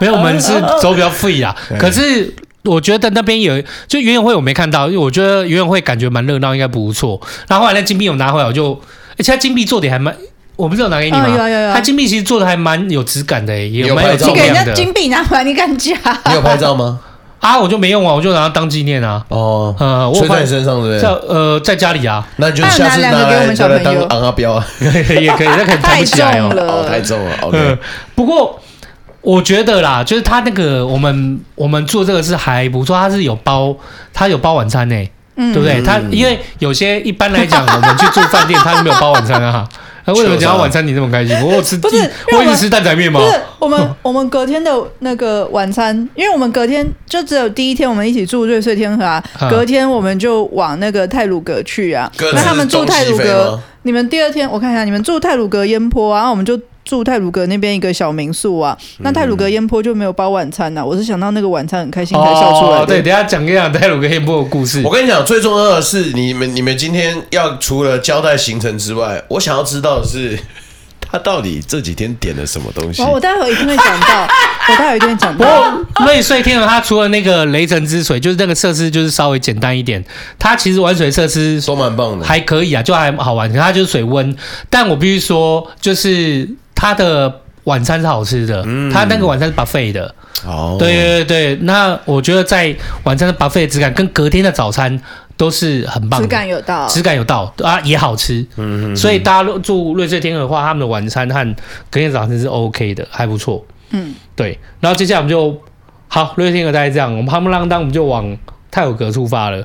Speaker 4: 没有，我们是走比较 free 啦。可是我觉得那边有，就游泳会我没看到，因为我觉得哎游泳会感觉蛮热闹，应该不错。然后后来那金币我拿回来，我就，而且它金币做的还蛮。我不是有拿给你吗？
Speaker 3: 嗯有啊有啊有啊
Speaker 4: 它金币其实做的还蛮有质感的、也
Speaker 2: 有
Speaker 4: 蛮有
Speaker 2: 拍照
Speaker 4: 重
Speaker 3: 你
Speaker 2: 吗
Speaker 3: 给人
Speaker 4: 量
Speaker 3: 家
Speaker 4: 的
Speaker 3: 金币拿回来，你敢讲？
Speaker 2: 你有拍照吗？
Speaker 4: 啊，我就没用啊，我就拿它当纪念啊。
Speaker 2: 哦，
Speaker 4: 呃，我
Speaker 2: 吹
Speaker 4: 有放
Speaker 2: 在你身上对不
Speaker 4: 在
Speaker 2: 对？
Speaker 4: 呃在家 里啊，
Speaker 2: 那你就
Speaker 3: 还有
Speaker 2: 下次
Speaker 3: 拿两个
Speaker 2: 拿
Speaker 3: 给我
Speaker 2: 来
Speaker 3: 们
Speaker 2: 拿
Speaker 3: 小
Speaker 2: 来
Speaker 3: 朋
Speaker 2: 当
Speaker 3: 友
Speaker 2: 昂阿标啊，
Speaker 4: 也可以，那可能抬
Speaker 3: 太
Speaker 4: 不起
Speaker 3: 重
Speaker 4: 来哦。
Speaker 2: 哦，太
Speaker 3: 了，
Speaker 2: 重了
Speaker 4: 嗯
Speaker 2: ，OK，，
Speaker 4: 不过我觉得啦，就是他那个我们我们做这个是还不错，他是有包他有包晚餐呢、
Speaker 3: 嗯
Speaker 4: 对不对？他因为有些一般来讲，我们去住饭店，他没有包晚餐 啊。那为什么讲到晚餐你那么开心？我有吃
Speaker 3: 不是
Speaker 4: 一
Speaker 3: 因为我
Speaker 4: 我一直吃蛋仔面吗
Speaker 3: 不？是我们我们隔天的那个晚餐，因为我们隔天就只有第一天我们一起住瑞穗天河啊，
Speaker 4: 嗯
Speaker 3: 隔天我们就往那个泰鲁阁去啊。那他们住泰鲁阁，你们第二天我看一下，你们住泰鲁阁烟坡啊，然后我们就。住泰鲁阁那边一个小民宿啊，
Speaker 4: 嗯
Speaker 3: 那泰鲁阁烟坡就没有包晚餐呐、我是想到那个晚餐很开心才笑出来的。
Speaker 4: 哦，对，等一下讲一讲泰鲁跟黑波的故事
Speaker 2: 我。跟你讲，最重要的是，你们你们今天要除了交代行程之外，我想要知道的是，他到底这几天点了什么东西
Speaker 3: 哦然后？我待会一定会讲 到，我待会一定会讲
Speaker 4: 不
Speaker 3: 到。
Speaker 4: 过瑞穗天鹅，它除了那个雷神之水，就是那个设施就是稍微简单一点。它其实玩水设施
Speaker 2: 都蛮棒的，
Speaker 4: 还可以啊，就还好玩。可它就是水温，但我必须说，就是它的晚餐是好吃的，它那个晚餐是 buffet 的。
Speaker 2: 哦
Speaker 4: 对对对对，那我觉得在晚餐的 buffet 的质感跟隔天的早餐都是很棒的，
Speaker 3: 质感有到，
Speaker 4: 质感有到啊，也好吃。嗯，所以大家如果住瑞穗天鹅的话，他们的晚餐和隔天早餐是 OK 的，还不错。
Speaker 3: 嗯，
Speaker 4: 对，然后接下来我们就好，瑞穗天鹅大概这样，我们夯不啷当我们就往泰鲁阁出发了。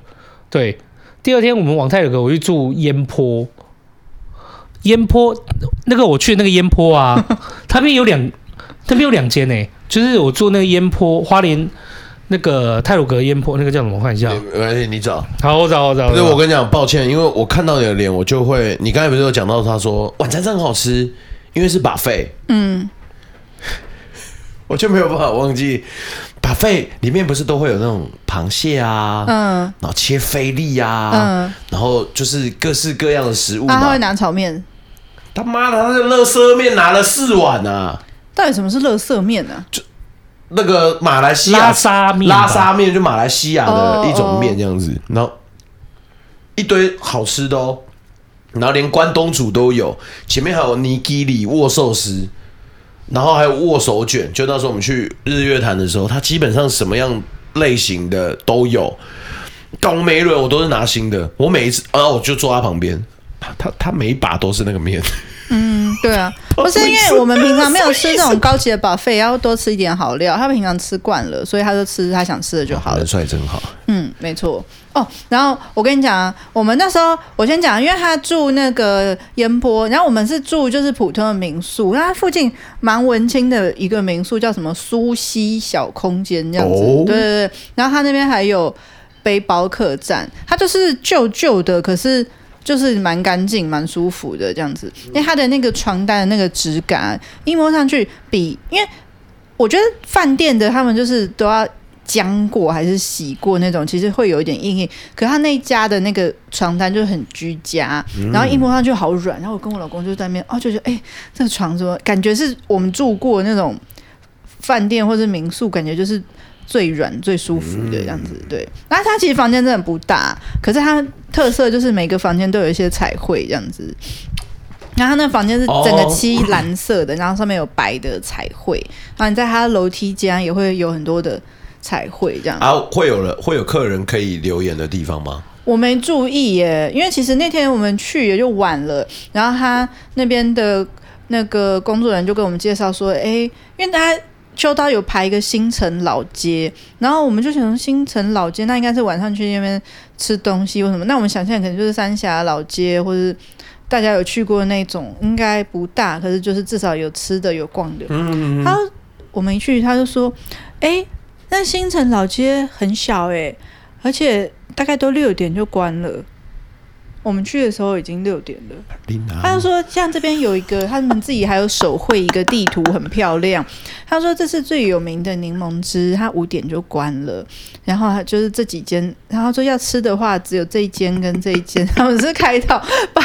Speaker 4: 对，第二天我们往泰鲁阁，我去住烟坡。烟坡那个我去的那个烟坡啊，它那边有两，那边有两间呢，就是我住那个烟坡花莲那个泰鲁阁烟坡那个叫什么？我看一下
Speaker 2: 没，没关系，你找。
Speaker 4: 好，我找我找。
Speaker 2: 不是
Speaker 4: 找
Speaker 2: 我跟你讲，抱歉，因为我看到你的脸，我就会。你刚才不是有讲到他说晚餐真的很好吃，因为是把费，
Speaker 3: 嗯，
Speaker 2: 我就没有办法忘记把费里面不是都会有那种螃蟹啊，
Speaker 3: 嗯
Speaker 2: 然后切菲力啊，
Speaker 3: 嗯
Speaker 2: 然后就是各式各样的食物
Speaker 3: 啊，他
Speaker 2: 嘛。
Speaker 3: 会拿炒面。
Speaker 2: 他妈的，他那个乐色面拿了四碗啊！
Speaker 3: 到底什么是乐色面啊呢、
Speaker 2: 那个马来西亚
Speaker 4: 拉沙面吧
Speaker 2: 拉沙面就马来西亚的一种
Speaker 3: 哦
Speaker 2: 面这样子，然后一堆好吃的哦，然后连关东煮都有，前面还有尼基里握寿司，然后还有握手卷，就那时候我们去日月潭的时候，它基本上什么样类型的都有。搞每一轮我都是拿新的，我每一次啊，我就坐他旁边，他他他每一把都是那个面，
Speaker 3: 嗯，对啊，不是因为我们平常没有吃这种高级的 buffet，要多吃一点好料。他们平常吃惯了，所以他就吃他想吃的就好了
Speaker 2: 人。帅真好。
Speaker 3: 嗯，没错。哦，然后我跟你讲啊，我们那时候我先讲，因为他住那个烟波，然后我们是住就是普通的民宿，那它附近蛮文青的一个民宿，叫什么苏西小空间这样子。
Speaker 2: 哦
Speaker 3: 对对对，然后他那边还有背包客栈，它就是旧旧的，可是。就是蛮干净、蛮舒服的这样子，因为它的那个床单的那个质感啊，一摸上去比，因为我觉得饭店的他们就是都要浆过还是洗过那种，其实会有一点硬硬。可他那一家的那个床单就是很居家，然后一摸上去好软。然后我跟我老公就在那边，哦，就觉得哎、这个床怎么感觉是我们住过那种饭店或是民宿，感觉就是最软最舒服的样子。对，那它其实房间真的不大，可是它特色就是每个房间都有一些彩绘这样子。然后它那房间是整个
Speaker 2: 哦
Speaker 3: 漆蓝色的，然后上面有白的彩绘，然后你在它的楼梯间也会有很多的彩绘这样。
Speaker 2: 啊，会有人会有客人可以留言的地方吗？
Speaker 3: 我没注意耶，因为其实那天我们去也就晚了，然后他那边的那个工作人员就跟我们介绍说，诶，因为他秋刀有排一个新城老街，然后我们就想说新城老街那应该是晚上去那边吃东西或什么，那我们想象可能就是三峡老街或是。大家有去过那种，应该不大，可是就是至少有吃的有逛的。嗯他我们一去，他就说：“诶，那新城老街很小诶。而且大概都六点就关了。我们去的时候已经六点了。
Speaker 2: 啊
Speaker 3: 他就说，像这边有一个，他们自己还有手绘一个地图，很漂亮。他说这是最有名的柠檬汁，他五点就关了。然后他就是这几间，然后说要吃的话，只有这一间跟这一间， 他们是开到八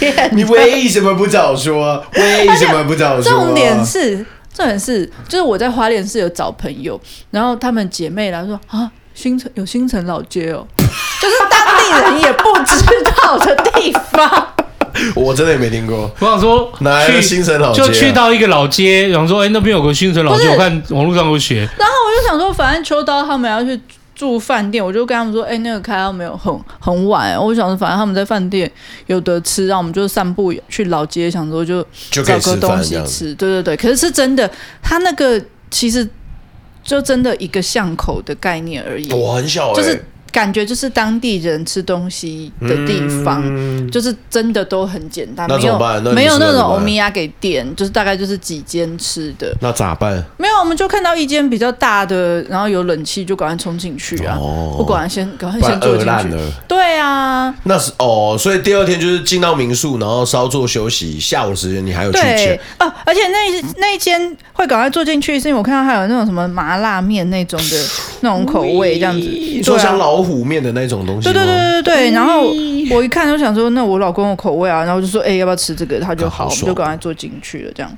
Speaker 3: 点。
Speaker 2: 你为什么不早 说？为什么不啊早说？
Speaker 3: 重点是，重点是，就是我在花莲是有找朋友，然后他们姐妹来说啊，新城有新 城老街哦，就是当地人也不知道的地方。
Speaker 2: 我真的也没听过，
Speaker 4: 我想说
Speaker 2: 哪来的
Speaker 4: 去
Speaker 2: 新城老街啊
Speaker 4: 就去到一个老街，然后说哎、那边有个新城老街，
Speaker 3: 不
Speaker 4: 我
Speaker 3: 是
Speaker 4: 看网络上有写，
Speaker 3: 然后我就想说，反正秋刀他们要去住饭店，我就跟他们说，哎、那个开到没有很很晚、我想说，反正他们在饭店有得吃，然后我们就散步去老街，想说就
Speaker 2: 就可以
Speaker 3: 找个
Speaker 2: 吃
Speaker 3: 东
Speaker 2: 饭这
Speaker 3: 西
Speaker 2: 样子。
Speaker 3: 吃。对对对，可是是真的，他那个其实就真的一个巷口的概念而已，
Speaker 2: 我很小、欸，
Speaker 3: 就是感觉就是当地人吃东西的地方。
Speaker 2: 嗯
Speaker 3: 就是真的都很简单，
Speaker 2: 那
Speaker 3: 没
Speaker 2: 怎么
Speaker 3: 有
Speaker 2: 办那你
Speaker 3: 没有
Speaker 2: 知道
Speaker 3: 那
Speaker 2: 怎
Speaker 3: 种
Speaker 2: 么
Speaker 3: 欧
Speaker 2: 办
Speaker 3: 米亚给店，就是大概就是几间吃的，
Speaker 2: 那咋办？
Speaker 3: 没有，我们就看到一间比较大的，然后有冷气，就赶快冲进去啊！
Speaker 2: 哦
Speaker 3: 不管先赶快
Speaker 2: 不然
Speaker 3: 先坐
Speaker 2: 饿
Speaker 3: 进
Speaker 2: 烂
Speaker 3: 去。
Speaker 2: 了。
Speaker 3: 对啊，
Speaker 2: 那是哦，所以第二天就是进到民宿，然后稍作休息，下午时间你还有去
Speaker 3: 对
Speaker 2: 吃。
Speaker 3: 哦，而且那一那一间会赶快坐进去，是因为我看到还有那种什么麻辣面那种的那种口味这样子。
Speaker 2: 你
Speaker 3: 对
Speaker 2: 说
Speaker 3: 啊
Speaker 2: 像，老虎面的那种东西
Speaker 3: 对
Speaker 2: 吗？
Speaker 3: 对对对对。然后我一看就想说，那我老公有口味啊，然后我就说，哎、要不要吃这个？他就
Speaker 2: 啊好
Speaker 3: 好，我们
Speaker 2: 爽
Speaker 3: 就赶快坐进去了这样。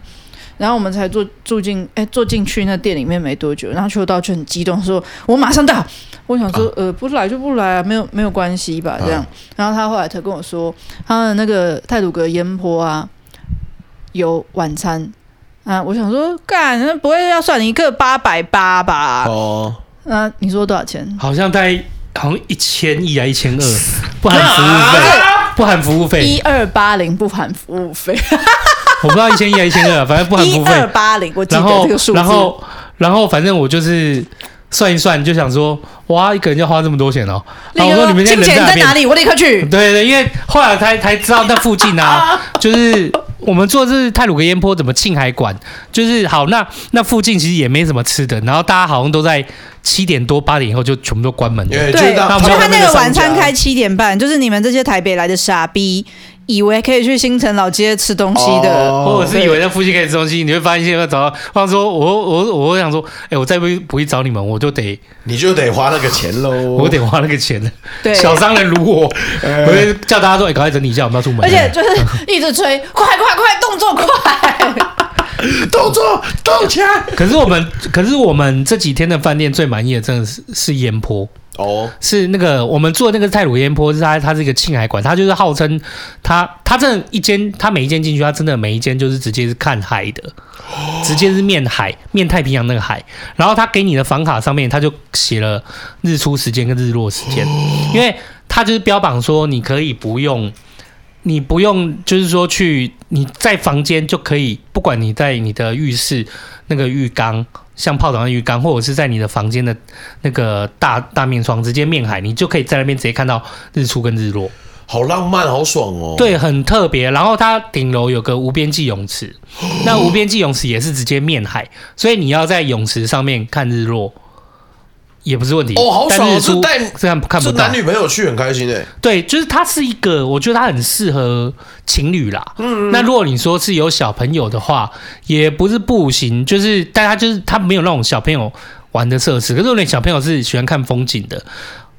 Speaker 3: 然后我们才坐住进，哎，坐进去那店里面没多久，然后秋刀就很激动说：“我马上到。”我想说，呃，不来就不来啊，没有没有关系吧，这样。然后他后来才跟我说，他的那个泰鲁格烟波啊，有晚餐啊。我想说，干，那不会要算一个八百八吧？
Speaker 2: 哦，
Speaker 3: 那、你说多少钱？
Speaker 4: 好像在好像一千一啊一 千二，不含服务费，
Speaker 2: 啊
Speaker 4: 不含服务
Speaker 3: 一
Speaker 4: 费，
Speaker 3: 二八零不含服务费，
Speaker 4: 我不知道一千一啊一千 二，反正不含服
Speaker 3: 一
Speaker 4: 务费
Speaker 3: 二。八零，我记
Speaker 4: 然
Speaker 3: 得
Speaker 4: 后
Speaker 3: 这个数字。
Speaker 4: 然后然后反正我就是算一算，就想说哇，一个人要花这么多钱哦。然后我说你们现
Speaker 3: 金
Speaker 4: 在人
Speaker 3: 钱
Speaker 4: 在
Speaker 3: 在
Speaker 4: 哪
Speaker 3: 哪
Speaker 4: 边？
Speaker 3: 里？我立刻去
Speaker 4: 对。 对，因为后来才才知道那附 近啊，就是我们坐的是泰鲁格烟坡，怎么庆海馆，就是好那那附近其实也没什么吃的，然后大家好像都在七点多八点以后就全部都关门
Speaker 2: 因
Speaker 4: 了。
Speaker 2: 为就是
Speaker 3: 对，就
Speaker 2: 到
Speaker 4: 那我
Speaker 2: 们
Speaker 4: 们
Speaker 3: 他
Speaker 2: 那
Speaker 3: 那个晚餐
Speaker 2: 商家
Speaker 3: 开七点半，就是你们这些台北来的傻逼，以为可以去新城老街吃东西的。
Speaker 2: 哦
Speaker 4: 或者是以为那附近可以吃东西，你会发现现在找到，或者说哦我我我想说，哎、我再不不去找你们，我就得
Speaker 2: 你就得花那个钱喽。
Speaker 4: 我得花那个钱了。
Speaker 3: 对，
Speaker 4: 小商人 如我，我会叫大家说，哎、赶快整理一下，我们要出门了。
Speaker 3: 而且就是一直催，快快快，动作 快。
Speaker 2: 动作动起来
Speaker 4: 可是我们，可是我们这几天的饭店最满意的真的是是烟坡，
Speaker 2: 哦，
Speaker 4: 是那个我们做那个泰鲁烟坡，是它它是一个庆海馆，它就是号称它它真的一间，它每一间进去，它真的每一间就是直接是看海的，直接是面海面太平洋那个海，然后他给你的房卡上面他就写了日出时间跟日落时间，因为他就是标榜说你可以不用。你不用，就是说去你在房间就可以，不管你在你的浴室那个浴缸，像泡澡的浴缸，或者是在你的房间的那个大大面窗，直接面海，你就可以在那边直接看到日出跟日落。
Speaker 2: 好浪漫，好爽哦。
Speaker 4: 对，很特别。然后它顶楼有个无边际泳池，那无边际泳池也是直接面海，所以你要在泳池上面看日落也不是问题。
Speaker 2: 哦好爽
Speaker 4: 但
Speaker 2: 这
Speaker 4: 日出
Speaker 2: 带
Speaker 4: 这看看
Speaker 2: 这
Speaker 4: 不到
Speaker 2: 男。女朋友去很开心哎。
Speaker 4: 对，就是它是一个，我觉得它很适合情侣啦。嗯，那如果你说是有小朋友的话，也不是不行，就是但它就是它没有那种小朋友玩的设施，可是有点小朋友是喜欢看风景的。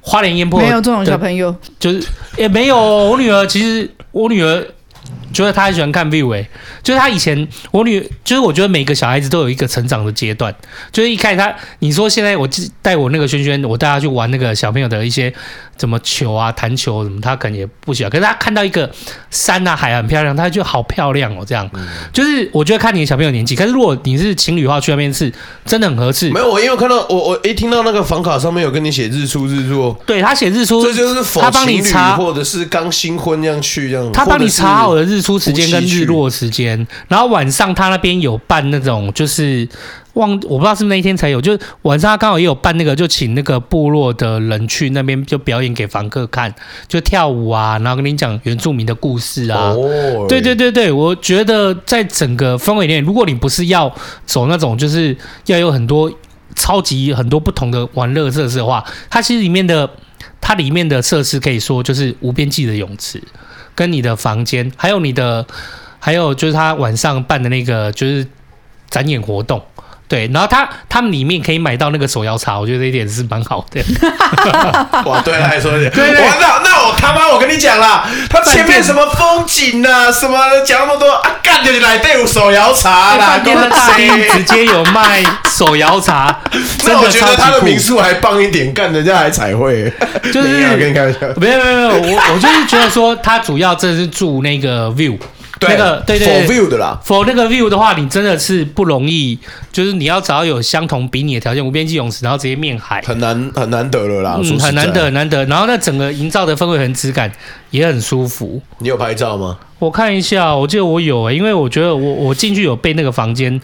Speaker 4: 花莲烟波
Speaker 3: 没有这种
Speaker 4: 的
Speaker 3: 小朋友，
Speaker 4: 就是也没有。我女儿其实我女儿觉得她很喜欢看 view 诶、就是她以前我女就是我觉得每个小孩子都有一个成长的阶段，就是一开始她你说现在我记带我那个轩轩，我带她去玩那个小朋友的一些怎么球啊、弹球什么，她可能也不喜欢，可是她看到一个山啊、海啊很漂亮，她就好漂亮哦，这样。
Speaker 2: 嗯
Speaker 4: 就是我觉得看你的小朋友年纪，可是如果你是情侣的话，去那边是真的很合适
Speaker 2: 没。有，我因为看到我我一听到那个房卡上面有跟你写日出日落，
Speaker 4: 对他写日出，
Speaker 2: 这就是否
Speaker 4: 他帮
Speaker 2: 情
Speaker 4: 你
Speaker 2: 侣
Speaker 4: 查
Speaker 2: 或者是刚新婚这样去这样，
Speaker 4: 他帮你查好
Speaker 2: 或者
Speaker 4: 了日出时间跟日落时间，然后晚上他那边有办那种就是忘我不知道是不是那一天才有，就是晚上他刚好也有办那个，就请那个部落的人去那边就表演给房客看，就跳舞啊，然后跟你讲原住民的故事
Speaker 2: 是
Speaker 4: 啊。
Speaker 2: 哦，
Speaker 4: 对对对对，我觉得在整个氛围里面，如果你不是要走那种就是要有很多超级很多不同的玩乐设施的话，它其实里面的它里面的设施可以说就是无边际的泳池，跟你的房间，还有你的，还有就是他晚上办的那个就是展演活动。对，然后他他们里面可以买到那个手摇茶，我觉得这一点是蛮好的。
Speaker 2: 哇，对他还说一点，
Speaker 4: 对对
Speaker 2: 哇，那那我他妈我跟你讲啦，他前面什么风景呐、啊，什么的讲那么多啊，干就是来队伍手摇茶啦，
Speaker 4: 饭店的
Speaker 2: 公
Speaker 4: 茶
Speaker 2: 司
Speaker 4: 厅直接有卖手摇茶，真
Speaker 2: 那我
Speaker 4: 的
Speaker 2: 觉
Speaker 4: 超
Speaker 2: 得他
Speaker 4: 级
Speaker 2: 的
Speaker 4: 酷
Speaker 2: 民。宿还棒一点，干人家还彩绘，
Speaker 4: 就是
Speaker 2: 没有跟你开玩笑，
Speaker 4: 没有没有没 有，我我就是觉得说，他主要真的是住那个 view，那个对对
Speaker 2: for view 的啦，
Speaker 4: for 那个 view 的话，你真的是不容易，就是你要找有相同比你的条件，无边际泳池，然后直接面海，
Speaker 2: 很难很难得了啦，说实
Speaker 4: 嗯，
Speaker 2: 在
Speaker 4: 很难得。很难得。然后那整个营造的氛围很质感，也很舒服。
Speaker 2: 你有拍照吗？
Speaker 4: 我看一下，我记得我有、欸，因为我觉得我我进去有被那个房间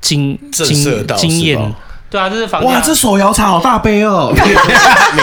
Speaker 4: 惊
Speaker 2: 震慑
Speaker 4: 惊
Speaker 2: 到
Speaker 4: 惊
Speaker 2: 是吧
Speaker 4: 艳，对啊，这是房间啊，
Speaker 2: 手摇茶好大杯 哦，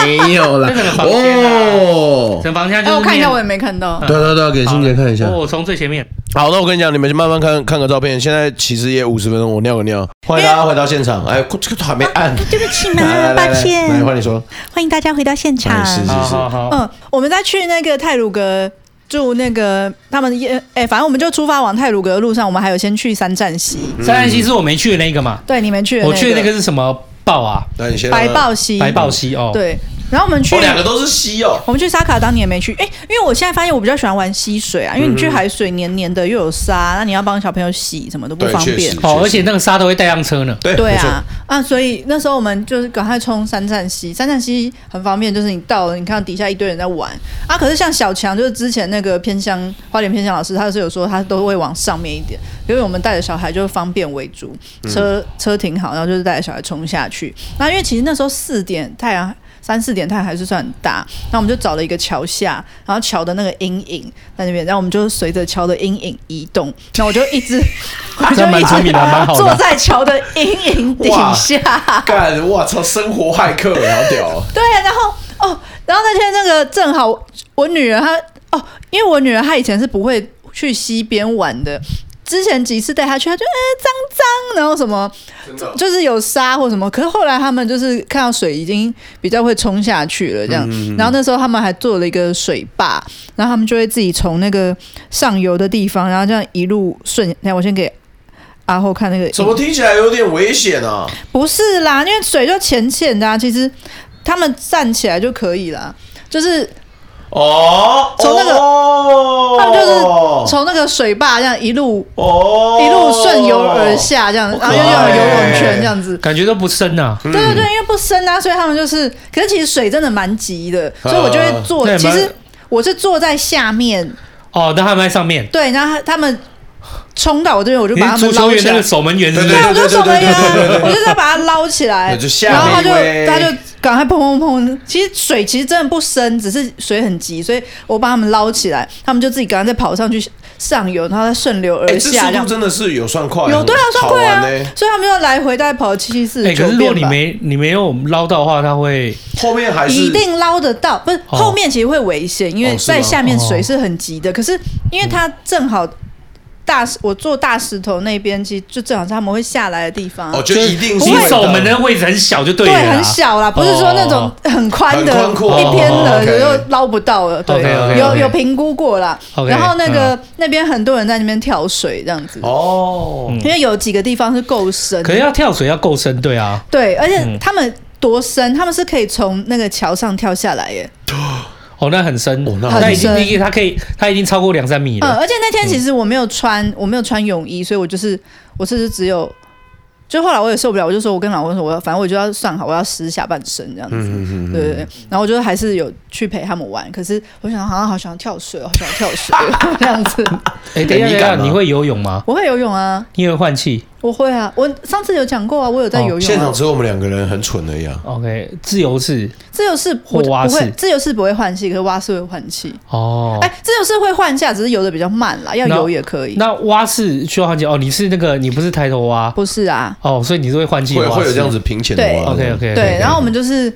Speaker 2: 没有啦
Speaker 4: 这整个房间啊
Speaker 2: 哦，
Speaker 4: 整房间就
Speaker 3: 哎，
Speaker 4: 是
Speaker 3: 我看一下，
Speaker 4: 面
Speaker 3: 我也没看到。
Speaker 4: 啊
Speaker 2: 对啊对对，给欣杰看一下。
Speaker 4: 我我从最前面，
Speaker 2: 好，那我跟你讲，你们去慢慢看看个照片。现在其实也五十分钟，我尿个尿。欢迎大家回到现场。哎，这个还没按，
Speaker 5: 对不起
Speaker 2: 来
Speaker 5: 嘛，
Speaker 2: 来来
Speaker 5: 抱
Speaker 2: 来来，
Speaker 5: 歉，
Speaker 2: 换你说。
Speaker 5: 欢迎大家回到现场
Speaker 2: 哎，。是是
Speaker 4: 好
Speaker 2: 是，
Speaker 4: 好好，
Speaker 3: 嗯，我们在去那个泰鲁阁住那个他们也哎、反正我们就出发往泰鲁阁的路上，我们还有先去三站溪。
Speaker 2: 嗯
Speaker 4: 三山溪是我没去的那个嘛，
Speaker 3: 对，你们去的、
Speaker 4: 我去的那个是什么豹啊？
Speaker 2: 那你先让
Speaker 3: 白
Speaker 2: 他。
Speaker 3: 豹溪，
Speaker 4: 白豹溪哦，，
Speaker 3: 对，然后我们去、
Speaker 2: 哦，两个都是稀哦。
Speaker 3: 我们去沙卡当年也没去，哎、因为我现在发现我比较喜欢玩溪水啊，因为
Speaker 2: 嗯
Speaker 3: 你去海水黏黏的又有沙，那你要帮小朋友洗什么都不
Speaker 2: 对
Speaker 3: 方
Speaker 2: 确
Speaker 3: 便
Speaker 2: 实。
Speaker 4: 哦，而且那个沙都会带上车呢，
Speaker 2: 对
Speaker 3: 对
Speaker 2: 没错
Speaker 3: 啊，啊，所以那时候我们就是赶快冲三站溪，三站溪很方便，就是你到了，你看到底下一堆人在玩啊。可是像小强，就是之前那个偏乡花莲偏乡老师，他是有说他都会往上面一点，因为我们带着小孩就是方便为主，车车停好，然后就是带着小孩冲下去。那因为其实那时候四点太阳。三四点太阳还是算很大，那我们就找了一个桥下，然后桥的那个阴影在那边，然后我们就随着桥的阴影移动，那我就一 直，我就
Speaker 4: 这蛮
Speaker 3: 一
Speaker 4: 聪明
Speaker 3: 直
Speaker 4: 的蛮好的
Speaker 3: 坐在桥的阴影底
Speaker 2: 哇
Speaker 3: 下。
Speaker 2: 干，我操，生活骇客，好屌哦！
Speaker 3: 对，然后哦，然后那天那个正好我女儿她哦，因为我女儿她以前是不会去溪边玩的，之前几次带她去，她就哎脏脏，然后什么
Speaker 2: 真的
Speaker 3: 就是有沙或什么，可是后来他们就是看到水已经比较会冲下去了，这
Speaker 2: 嗯
Speaker 3: 样。然后那时候他们还做了一个水坝，然后他们就会自己从那个上游的地方，然后这样一路顺。等一下我先给阿后看那个影片，
Speaker 2: 怎么听起来有点危险啊？
Speaker 3: 不是啦，因为水就浅浅的、啊，其实他们站起来就可以啦。就是
Speaker 2: 哦，
Speaker 3: 从那个
Speaker 2: 哦，
Speaker 3: 他们就是从那个水坝这样一路、
Speaker 2: 哦
Speaker 3: 一路顺游而，下，这样，然后又有游泳圈这样子。
Speaker 4: 感觉都不深啊
Speaker 3: 对
Speaker 4: 呐，
Speaker 3: 对对，因为不深啊，所以他们就是，可是其实水真的蛮急的，
Speaker 2: 嗯
Speaker 3: 所以我就会坐。
Speaker 4: 对
Speaker 3: 其实
Speaker 4: 蛮
Speaker 3: 我是坐在下面，
Speaker 4: 哦，那他们在上面，
Speaker 3: 对，然后他他们冲到我这边，我就
Speaker 4: 你
Speaker 3: 把
Speaker 4: 是
Speaker 3: 他
Speaker 4: 足
Speaker 3: 们
Speaker 4: 球
Speaker 3: 捞
Speaker 4: 员
Speaker 3: 起
Speaker 4: 那
Speaker 3: 来
Speaker 4: 个。守门员是不
Speaker 2: 对
Speaker 4: 是
Speaker 3: 对，？我就
Speaker 2: 对
Speaker 3: 守
Speaker 2: 对
Speaker 3: 门员
Speaker 2: 对对对对
Speaker 3: 啊，
Speaker 2: 对
Speaker 3: 我就是要把它捞起来，
Speaker 2: 那就吓
Speaker 3: 然后他就
Speaker 2: 你喂
Speaker 3: 他就赶快砰砰砰。其实水其实真的不深，只是水很急，所以我把他们捞起来，他们就自己赶快再跑上去上游，然后再顺流而
Speaker 2: 哎，这
Speaker 3: 下，
Speaker 2: 速
Speaker 3: 这样
Speaker 2: 度真的是有算快，
Speaker 3: 有对啊，算快
Speaker 2: 好
Speaker 3: 啊
Speaker 2: 玩呢。欸
Speaker 3: 所以他们就来回大概跑七四
Speaker 4: 哎，
Speaker 3: 十
Speaker 4: 可
Speaker 3: 九
Speaker 4: 是如果
Speaker 3: 遍
Speaker 4: 你
Speaker 3: 吧。
Speaker 4: 没你没有捞到的话，他会
Speaker 2: 后面还是
Speaker 3: 一定捞得到，不是
Speaker 4: 哦
Speaker 3: 后面其实会危险，因为
Speaker 2: 哦是吗
Speaker 3: 在下面
Speaker 4: 哦
Speaker 3: 水是很急的。可是因为它正好大，石，我坐大石头那边，其实就正好是他们会下来的地方啊、
Speaker 2: 哦，就一定是
Speaker 4: 你
Speaker 2: 会
Speaker 4: 守门的位置很小就对啊了啦，
Speaker 3: 很小啦，不是说那种很宽的、
Speaker 2: 很宽阔
Speaker 3: 一边
Speaker 4: 哦
Speaker 3: 的、
Speaker 2: ，OK
Speaker 3: 就捞不到了。对
Speaker 4: OK，OK，OK
Speaker 3: 有有评估过啦。
Speaker 4: OK，
Speaker 3: 然后那个、那边很多人在那边跳水这样子，
Speaker 2: 哦，
Speaker 3: 因为有几个地方是够深的，
Speaker 4: 可是要跳水要够深，对啊，
Speaker 3: 对，而且他们多深，他们是可以从那个桥上跳下来耶。
Speaker 4: 哦，那很深，
Speaker 2: 哦那
Speaker 4: 那已经
Speaker 3: 很深
Speaker 4: 毕竟它可以，它已经超过两三米
Speaker 3: 嗯，
Speaker 4: 了。
Speaker 3: 而且那天其实我没有穿，我没有穿泳衣，所以我就是我甚至只有，就后来我也受不了，我就说我跟老公说，我要反正我就要算好，我要湿下半身这样子，
Speaker 2: 嗯嗯
Speaker 3: 对对对。然后我就还是有去陪他们玩，可是我想啊好像好想跳水，好想跳水 这样子。
Speaker 4: 哎，等一下，
Speaker 2: 你
Speaker 4: 等一下
Speaker 2: 敢吗
Speaker 4: 你会游泳吗？
Speaker 3: 我会游泳啊，
Speaker 4: 你会换气
Speaker 3: 我会啊，我上次有讲过啊，我有在游
Speaker 2: 哦现
Speaker 3: 泳、啊
Speaker 2: 场只有我们两个人很蠢而已啊。
Speaker 4: ？OK，自由式
Speaker 3: 自由式我
Speaker 4: 或蛙
Speaker 3: 不会
Speaker 4: 式，
Speaker 3: 自由式不会换气，可是蛙式会换气。
Speaker 4: 哦
Speaker 3: 哎、。自由式会换下，只是游的比较慢啦，要
Speaker 4: 那
Speaker 3: 游也可以。
Speaker 4: 那蛙式需要换气哦，你是那个你不是抬头蛙
Speaker 3: 不是啊，
Speaker 4: 哦，所以你是会换气
Speaker 2: 会
Speaker 4: 的蛙式，
Speaker 2: 会有这样子平浅的
Speaker 3: 对
Speaker 2: 话
Speaker 4: OK OK
Speaker 3: 对，然后我们就是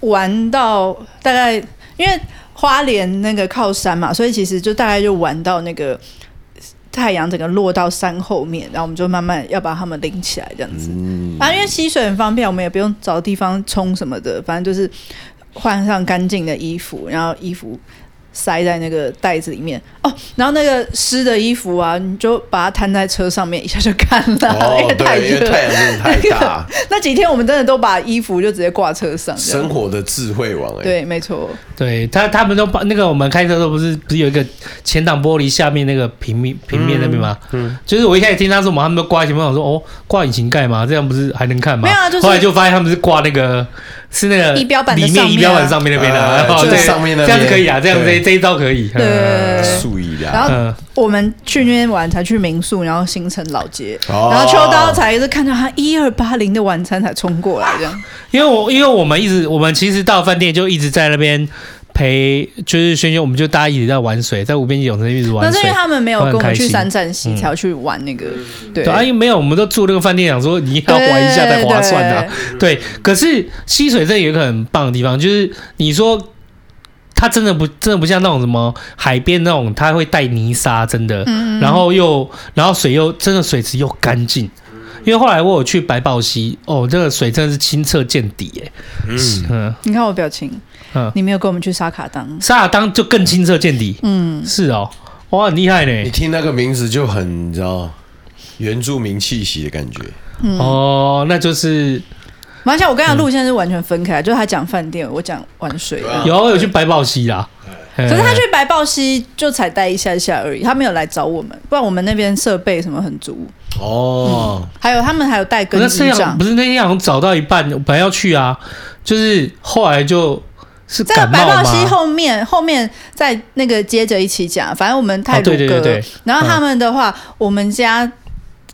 Speaker 3: 玩到大概，因为花莲那个靠山嘛，所以其实就大概就玩到那个太阳整个落到山后面，然后我们就慢慢要把它们拎起来这样子。
Speaker 2: 嗯
Speaker 3: 啊，因为溪水很方便，我们也不用找地方冲什么的，反正就是换上干净的衣服，然后衣服。塞在那个袋子里面哦。然后那个湿的衣服啊，你就把它摊在车上面，一下就干了， 因为太
Speaker 2: 哦对，因
Speaker 3: 热
Speaker 2: 为太阳
Speaker 3: 了。
Speaker 2: 真的太 大。
Speaker 3: 那几天我们真的都把衣服就直接挂车上，这
Speaker 2: 生
Speaker 3: 样
Speaker 2: 活的智慧王哎、
Speaker 3: 对，没错，
Speaker 4: 对他他们都把那个我们开车都不是不是有一个前挡玻璃下面那个平面平面那边吗？嗯，就是我一开始听他说嘛，他们都挂前面，我说哦挂引擎盖嘛，这样不是还能看吗？
Speaker 3: 没有啊就是
Speaker 4: 后来就发现他们是挂那个是那个
Speaker 3: 仪表板的
Speaker 4: 里
Speaker 3: 上面啊
Speaker 4: 面仪表板上面那边的、
Speaker 2: 呃
Speaker 4: 哦
Speaker 2: 就是
Speaker 4: 对
Speaker 2: 上面那边
Speaker 4: 这样子可以啊，这样这
Speaker 2: 对
Speaker 4: 这一招可以。
Speaker 3: 对
Speaker 4: 嗯
Speaker 2: 呃，
Speaker 3: 对
Speaker 2: 素衣
Speaker 3: 然
Speaker 2: 啦。
Speaker 3: 后
Speaker 4: 嗯，
Speaker 3: 我们去那边玩才去民宿，然后行程老街，
Speaker 2: 哦
Speaker 3: 然后秋刀才一直看到他一二八零的晚餐才冲过来，这样
Speaker 4: 因为我因为我们一直我们其实到饭店就一直在那边陪，就是轩轩，我们就大家一直在玩水，在无边际泳池一直玩
Speaker 3: 那是因
Speaker 4: 水
Speaker 3: 为。他们没有跟我
Speaker 4: 我很
Speaker 3: 们
Speaker 4: 开心
Speaker 3: 去三站溪
Speaker 4: 嗯
Speaker 3: 才要去玩那个，对
Speaker 4: 对啊，因为没有，我们都住那个饭店，想说你要玩一下
Speaker 3: 对
Speaker 4: 再划算啊。对，可是溪水这有一个很棒的地方，就是你说它真的不真的不像那种什么海边那种，它会带泥沙，真
Speaker 3: 嗯
Speaker 4: 的，然后又然后水又真的水质又干净。因为后来我有去百宝溪，哦，这个水真的是清澈见底、欸，
Speaker 2: 嗯，
Speaker 4: 嗯
Speaker 3: 你看我表情，
Speaker 4: 嗯，
Speaker 3: 你没有跟我们去沙卡当，
Speaker 4: 沙尔当就更清澈见底，
Speaker 3: 嗯，
Speaker 4: 是哦，哇，很厉害
Speaker 2: 你
Speaker 4: 呢，
Speaker 2: 听那个名字就很，你知道原住民气息的感觉。
Speaker 3: 嗯
Speaker 4: 哦，那就是
Speaker 3: 而且我跟他路线是完全分开，啊就是他讲饭店，我讲玩水啊的。
Speaker 4: 有有去百宝溪啦，可
Speaker 3: 可是他去白豹溪就才待一下下而已，他没有来找我们，不然我们那边设备什么很足，
Speaker 2: 哦，
Speaker 3: 还有他们还有带
Speaker 4: 可
Speaker 3: 根
Speaker 4: 是这
Speaker 3: 基
Speaker 4: 样
Speaker 3: 杖
Speaker 4: 不。是那天好像找到一半，我本来要去啊，就是后来就是
Speaker 3: 在
Speaker 4: 感
Speaker 3: 白
Speaker 4: 冒
Speaker 3: 豹溪
Speaker 4: 吗？
Speaker 3: 后面，后面再那个接着一起讲，反正我们泰
Speaker 4: 哦
Speaker 3: 鲁格，
Speaker 4: 对对对对
Speaker 3: 然后他们的话，我们家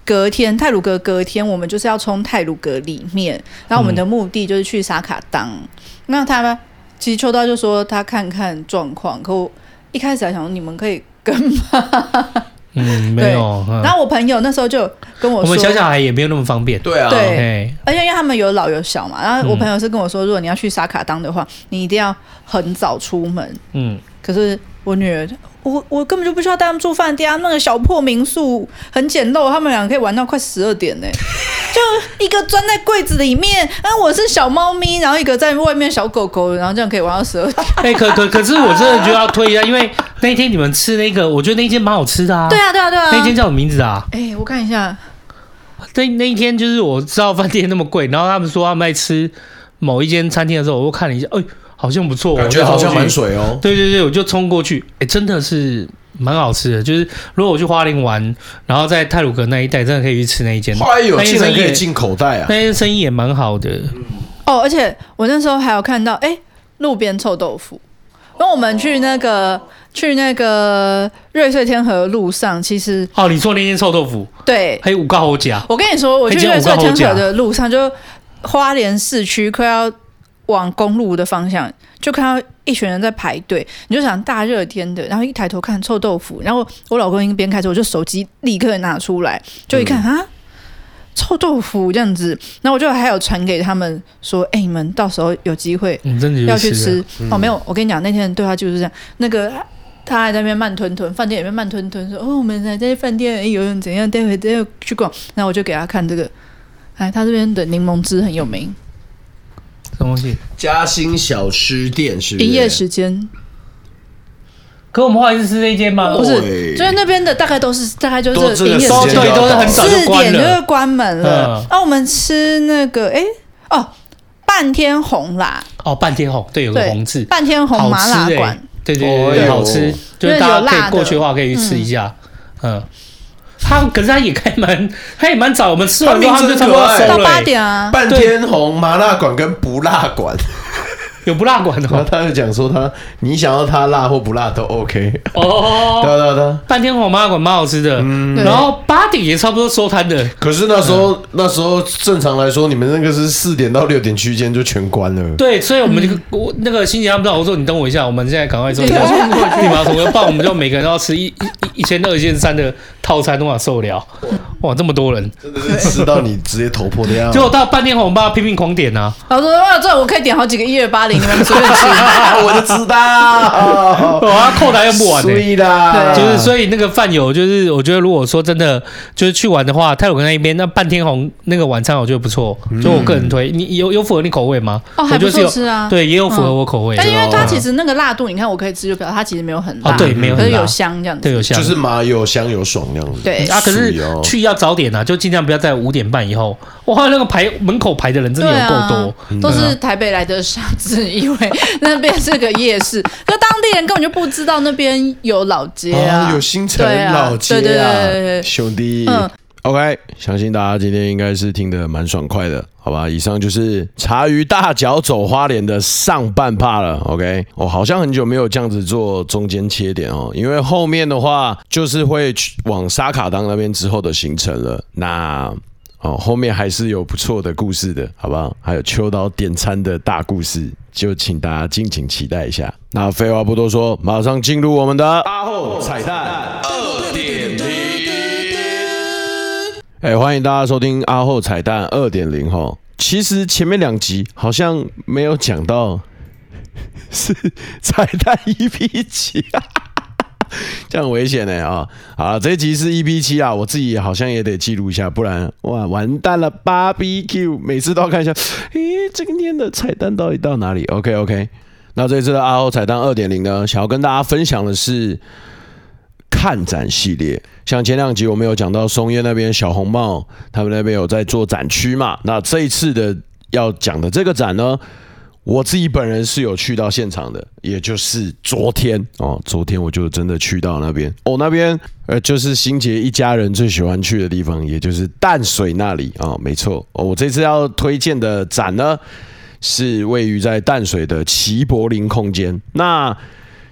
Speaker 3: 隔天泰鲁格隔天，我们就是要冲泰鲁格里面，然后我们的目的就是去沙卡当。那他们其实秋刀就说他看看状况，可我一开始还想说你们可以跟吗？
Speaker 4: 嗯，
Speaker 3: 对
Speaker 4: 没有。嗯
Speaker 3: 然后我朋友那时候就跟我
Speaker 4: 我
Speaker 3: 说，
Speaker 4: 们小小孩也没有那么方便。
Speaker 2: 对啊，
Speaker 3: 对
Speaker 4: 哎，
Speaker 3: 而且因为他们有老有小嘛，然后我朋友是跟我说，如果你要去沙卡当的话，你一定要很早出门。
Speaker 4: 嗯，
Speaker 3: 可是我女儿，我我根本就不需要带他们住饭店啊，那个小破民宿很简陋，他们俩可以玩到快十二点呢、就一个钻在柜子里面，然后我是小猫咪，然后一个在外面小狗狗，然后这样可以玩到十二点。
Speaker 4: 哎，可可可是我真的觉得要推一下，因为那天你们吃那个，我觉得那一间蛮好吃的啊。
Speaker 3: 对，啊，对啊，对啊。
Speaker 4: 那间叫什么名字啊？
Speaker 3: 哎、我看一下，
Speaker 4: 那那一天就是我知道饭店那么贵，然后他们说他们在吃某一间餐厅的时候，我又看了一下，哎，好像不错，
Speaker 2: 感觉
Speaker 4: 我就
Speaker 2: 好像
Speaker 4: 冲过去
Speaker 2: 蛮水哦。
Speaker 4: 对对对，我就冲过去，哎，真的是蛮好吃的。就是如果我去花莲玩，然后在泰鲁阁那一带，真的可以去吃那一间。
Speaker 2: 后来有
Speaker 4: 那
Speaker 2: 哎竟
Speaker 4: 间
Speaker 2: 然
Speaker 4: 生意
Speaker 2: 可以
Speaker 4: 也，
Speaker 2: 进口袋啊
Speaker 4: 那！间生意也蛮好的。
Speaker 3: 哦，而且我那时候还有看到，哎、路边臭豆腐。然后我们去那个、去那个瑞穗天河的路上，其实
Speaker 4: 哦，你说那间臭豆腐，
Speaker 3: 对
Speaker 4: 还有五高侯甲，
Speaker 3: 我跟你说，我去
Speaker 4: 哎今
Speaker 3: 瑞
Speaker 4: 天我
Speaker 3: 穗
Speaker 4: 刚好
Speaker 3: 天河
Speaker 4: 讲
Speaker 3: 的路上，就花莲市区快要往公路的方向，就看到一群人在排队。你就想大热天的，然后一抬头看臭豆腐，然后我老公一边开车，我就手机立刻拿出来，就一看啊。臭豆腐这样子，然后我就还有传给他们说，哎、你们到时候有机会
Speaker 4: 你嗯真的
Speaker 3: 要
Speaker 4: 去
Speaker 3: 去
Speaker 4: 吃了
Speaker 3: 吃、哦，没有，我跟你讲，那天的对话就是这样，那个。他还在那边慢吞吞，饭店里面慢吞吞说：“哦，我们还在饭店哎游泳怎样，待会待会去逛。”然后我就给他看这个，哎，他这边的柠檬汁很有名，
Speaker 4: 什么东西？
Speaker 2: 嘉兴小吃店是不是
Speaker 3: 营业时间
Speaker 4: 可我们后来是吃那间吗？
Speaker 3: 不
Speaker 2: 对
Speaker 3: 是，所以那边的大概都是大概就
Speaker 2: 都这
Speaker 3: 是
Speaker 2: 个
Speaker 3: 营业
Speaker 2: 时
Speaker 3: 时
Speaker 4: 都
Speaker 2: 间
Speaker 3: 间
Speaker 4: 对，都是很早就
Speaker 3: 四
Speaker 4: 关
Speaker 3: 点就是
Speaker 4: 了。
Speaker 3: 关门了啊
Speaker 4: 嗯。
Speaker 3: 那、我们吃那个哎、哦，半天红啦，
Speaker 4: 哦，半天红，对，有个
Speaker 3: 对
Speaker 4: 红字，
Speaker 3: 半天红
Speaker 4: 好
Speaker 3: 麻辣
Speaker 4: 吃
Speaker 3: 馆
Speaker 4: 哎，，对对对
Speaker 2: 哦
Speaker 4: 对，
Speaker 2: 呦
Speaker 4: 好吃，就
Speaker 3: 因
Speaker 4: 是
Speaker 3: 为
Speaker 4: 大
Speaker 3: 有
Speaker 4: 家可
Speaker 3: 辣
Speaker 4: 以
Speaker 3: 的
Speaker 4: 过去的话可以去吃一下，嗯。他可是他也开蛮，他也蛮早。我们吃完之后，
Speaker 2: 他
Speaker 4: 他
Speaker 2: 名字
Speaker 4: 们就差不多要
Speaker 2: 很可爱
Speaker 4: 收
Speaker 3: 到
Speaker 4: 了、
Speaker 3: 八
Speaker 4: 哎
Speaker 3: 点啊。
Speaker 2: 半天红麻辣馆跟不辣馆，
Speaker 4: 有不辣馆哦的
Speaker 2: 然后
Speaker 4: 吗？
Speaker 2: 他就讲说他你想要他辣或不辣都 OK，对 啊
Speaker 4: 哦，
Speaker 2: 对啊对啊。
Speaker 4: 半天红麻辣馆蛮好吃的，
Speaker 3: 对
Speaker 4: 然后八点也差不多收摊的。
Speaker 2: 可是那时候、那时候正常来说，你们那个是四点到六点区间就全关了。
Speaker 4: 对，所以我们就我那个星期他们到，我说你等我一下，我们现在赶快说，你要冲过去，你马上不然我们就每个人要吃一一一一千二、一千三的套餐，都法受不了。哇，这么多人，
Speaker 2: 真的是吃到你直接头破啊的样
Speaker 4: 结果到半天后，我爸拼命狂点啊，
Speaker 3: 老师说哇，这我可以点好几个一二八零，你们随便吃。
Speaker 2: 我就知 道，
Speaker 4: 我要扣打用不完呢、
Speaker 2: 对啦，
Speaker 4: 就是所以那个饭友，就是我觉得如果说真的就是去玩的话，泰鲁格那一边那半天红那个晚餐我觉得不错，
Speaker 2: 嗯
Speaker 4: 就我个人推，你有有符合你口味吗？
Speaker 3: 哦，还
Speaker 4: 我
Speaker 3: 不
Speaker 4: 就是
Speaker 3: 错
Speaker 4: 有
Speaker 3: 吃啊。嗯
Speaker 4: 对，也有符合我口味。
Speaker 3: 但因为
Speaker 2: 对
Speaker 3: 它
Speaker 2: 哦
Speaker 3: 其实那个辣度，你看我可以吃，就表示它其实没有很辣，
Speaker 4: 哦，啊对，没有
Speaker 3: 可
Speaker 4: 很
Speaker 3: 是
Speaker 4: 辣
Speaker 3: 有香这样子。
Speaker 4: 对有香，
Speaker 2: 就是麻有香有爽那样子。
Speaker 3: 对
Speaker 4: 啊，可是
Speaker 2: 是哦
Speaker 4: 去要早点啊，就尽量不要在五点半以后。哇，那个排门口排的人真的
Speaker 3: 对
Speaker 4: 有够
Speaker 3: 啊，
Speaker 4: 多，
Speaker 2: 嗯
Speaker 3: 都是台北来的傻子，以为那边是个夜市， 可当地人根本就不知道那边有老街啊，
Speaker 2: 哦有新城
Speaker 3: 对啊
Speaker 2: 老街
Speaker 3: 对对
Speaker 2: 啊，
Speaker 3: 对对对对
Speaker 2: 兄弟。
Speaker 3: 嗯
Speaker 2: OK，相信大家今天应该是听得蛮爽快的，好吧？以上就是茶余大脚走花莲的上半趴了。OK，我、好像很久没有这样子做中间切点哦，因为后面的话就是会去往沙卡当那边之后的行程了。那哦，后面还是有不错的故事的，好不好？还有秋岛点餐的大故事，就请大家敬请期待一下。那废话不多说，马上进入我们的阿后彩蛋二点零。哎，欢迎大家收听阿后彩蛋二点零哈。其实前面两集好像没有讲到 是彩蛋 EP 几啊。 这样很危险呢啊！好了，这一集是 EP 七啊，我自己好像也得记录一下，不然哇完蛋了！BBQ 每次都要看一下，诶，这个天的彩蛋到底到哪里？OK OK，那这次的阿后彩蛋二点零呢，想要跟大家分享的是看展系列。像前两集我们有讲到松烟那边小红帽，他们那边有在做展区嘛，那这一次的要讲的这个展呢，我自己本人是有去到现场的，也就是昨天哦，昨天我就真的去到那边哦，那边呃就是新杰一家人最喜欢去的地方，也就是淡水那里啊、哦，没错哦。我这次要推荐的展呢，是位于在淡水的齐柏林空间。那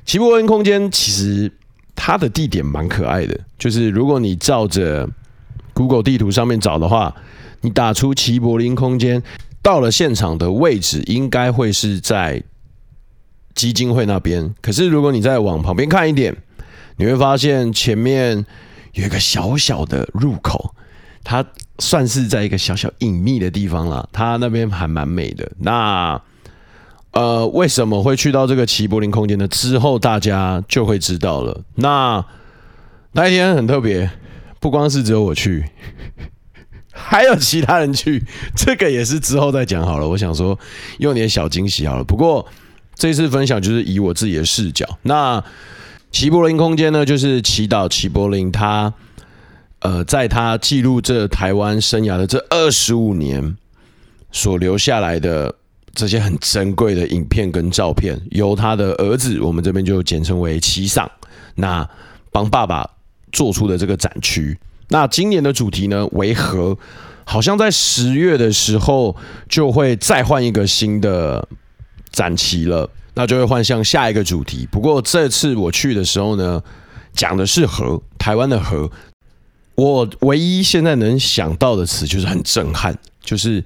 Speaker 2: 齐柏林空间其实它的地点蛮可爱的，就是如果你照着 Google 地图上面找的话，你打出齐柏林空间，到了现场的位置应该会是在基金会那边。可是如果你再往旁边看一点，你会发现前面有一个小小的入口，它算是在一个小小隐秘的地方啦。它那边还蛮美的。那呃，为什么会去到这个齐柏林空间呢？之后大家就会知道了。那那一天很特别，不光是只有我去， 还有其他人去，这个也是之后再讲好了。我想说用点小惊喜好了。不过这次分享就是以我自己的视角。那齐柏林空间呢，就是祈祷齐柏林他呃，在他记录这台湾生涯的这二十五年所留下来的这些很珍贵的影片跟照片，由他的儿子，我们这边就简称为齐尚，那帮爸爸做出的这个展区。那今年的主题呢为何？好像在十月的时候就会再换一个新的展期了，那就会换向下一个主题。不过这次我去的时候呢，讲的是河，台湾的河。我唯一现在能想到的词就是很震撼，就是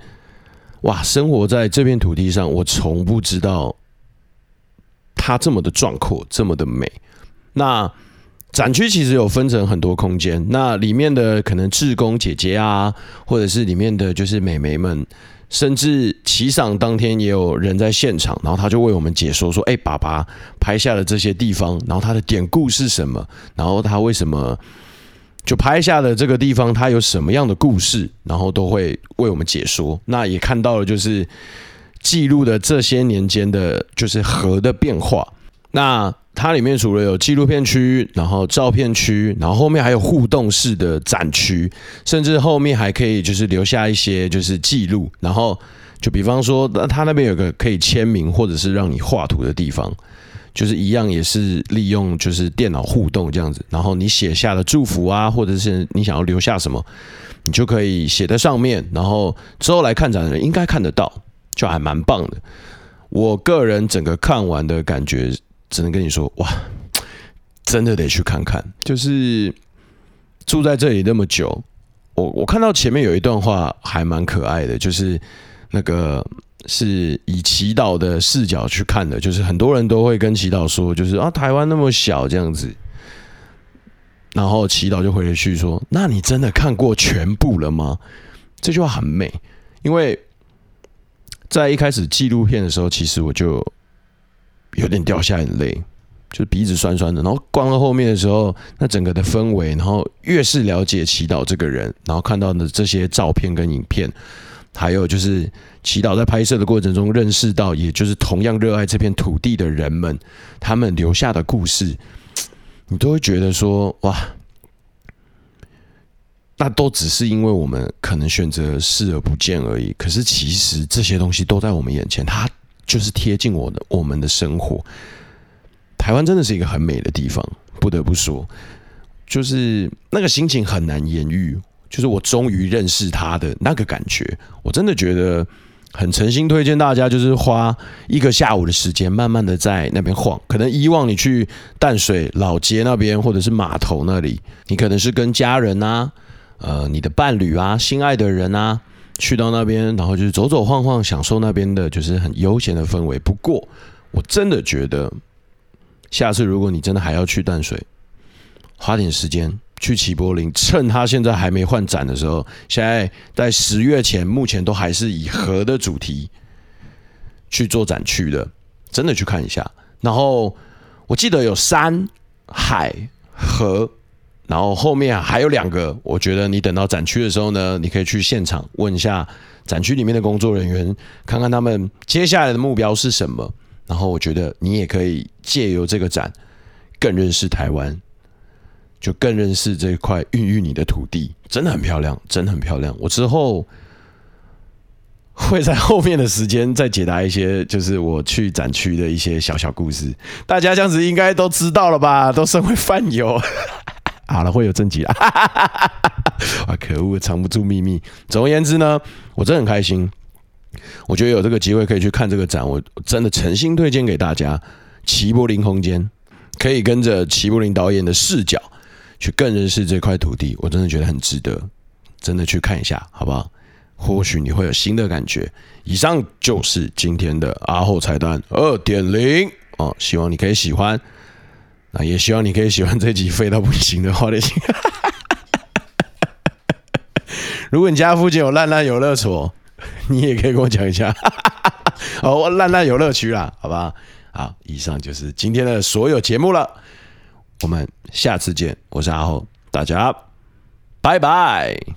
Speaker 2: 哇，生活在这片土地上，我从不知道它这么的壮阔，这么的美。那展区其实有分成很多空间，那里面的可能志工姐姐啊，或者是里面的就是美眉们，甚至骑赏当天也有人在现场，然后他就为我们解说说，哎、爸爸拍下了这些地方，然后他的典故是什么，然后他为什么就拍下的这个地方，它有什么样的故事，然后都会为我们解说。那也看到了就是记录的这些年间的，就是河的变化。那它里面除了有纪录片区，然后照片区，然后后面还有互动式的展区，甚至后面还可以就是留下一些就是记录，然后就比方说，那它那边有个可以签名或者是让你画图的地方，就是一样也是利用就是电脑互动这样子，然后你写下的祝福啊，或者是你想要留下什么，你就可以写在上面，然后之后来看展的人应该看得到，就还蛮棒的。我个人整个看完的感觉，只能跟你说，哇，真的得去看看。就是住在这里那么久，我我看到前面有一段话还蛮可爱的，就是那个是以祈祷的视角去看的，就是很多人都会跟祈祷说，就是啊，台湾那么小这样子。然后祈祷就回了去说：“那你真的看过全部了吗？”这句话很美，因为在一开始纪录片的时候，其实我就有点掉下眼泪，就是鼻子酸酸的。然后逛到后面的时候，那整个的氛围，然后越是了解祈祷这个人，然后看到的这些照片跟影片，还有就是祈祷在拍摄的过程中认识到，也就是同样热爱这片土地的人们，他们留下的故事，你都会觉得说哇，那都只是因为我们可能选择视而不见而已。可是其实这些东西都在我们眼前，它就是贴近我的我们的生活。台湾真的是一个很美的地方，不得不说，就是那个心情很难言喻。就是我终于认识他的那个感觉，我真的觉得很诚心推荐大家，就是花一个下午的时间，慢慢的在那边晃。可能以往你去淡水老街那边，或者是码头那里，你可能是跟家人啊，呃，你的伴侣啊，心爱的人啊，去到那边，然后就是走走晃晃，享受那边的就是很悠闲的氛围。不过，我真的觉得，下次如果你真的还要去淡水，花点时间去齐柏林，趁它现在还没换展的时候，现在在十月前，目前都还是以河的主题去做展区的，真的去看一下。然后我记得有山、海、河，然后后面还有两个，我觉得你等到展区的时候呢，你可以去现场问一下展区里面的工作人员，看看他们接下来的目标是什么。然后我觉得你也可以借由这个展，更认识台湾，就更认识这块孕育你的土地，真的很漂亮，真的很漂亮。我之后会在后面的时间再解答一些，就是我去展区的一些小小故事，大家这样子应该都知道了吧？都身为饭友， 好了，会有正 集啊！啊，可恶，藏不住秘密。总而言之呢，我真的很开心，我觉得有这个机会可以去看这个展，我真的诚心推荐给大家。齐柏林空间可以跟着齐柏林导演的视角去更认识这块土地，我真的觉得很值得，真的去看一下，好不好？或许你会有新的感觉。以上就是今天的阿后彩蛋二点零哦，希望你可以喜欢，那也希望你可以喜欢这集废到不行的花莲心。 如果你家附近有烂烂游乐所，你也可以跟我讲一下。 哦，烂烂游乐区啦，好吧。好，以上就是今天的所有节目了，我们下次见。我是阿后，大家拜拜。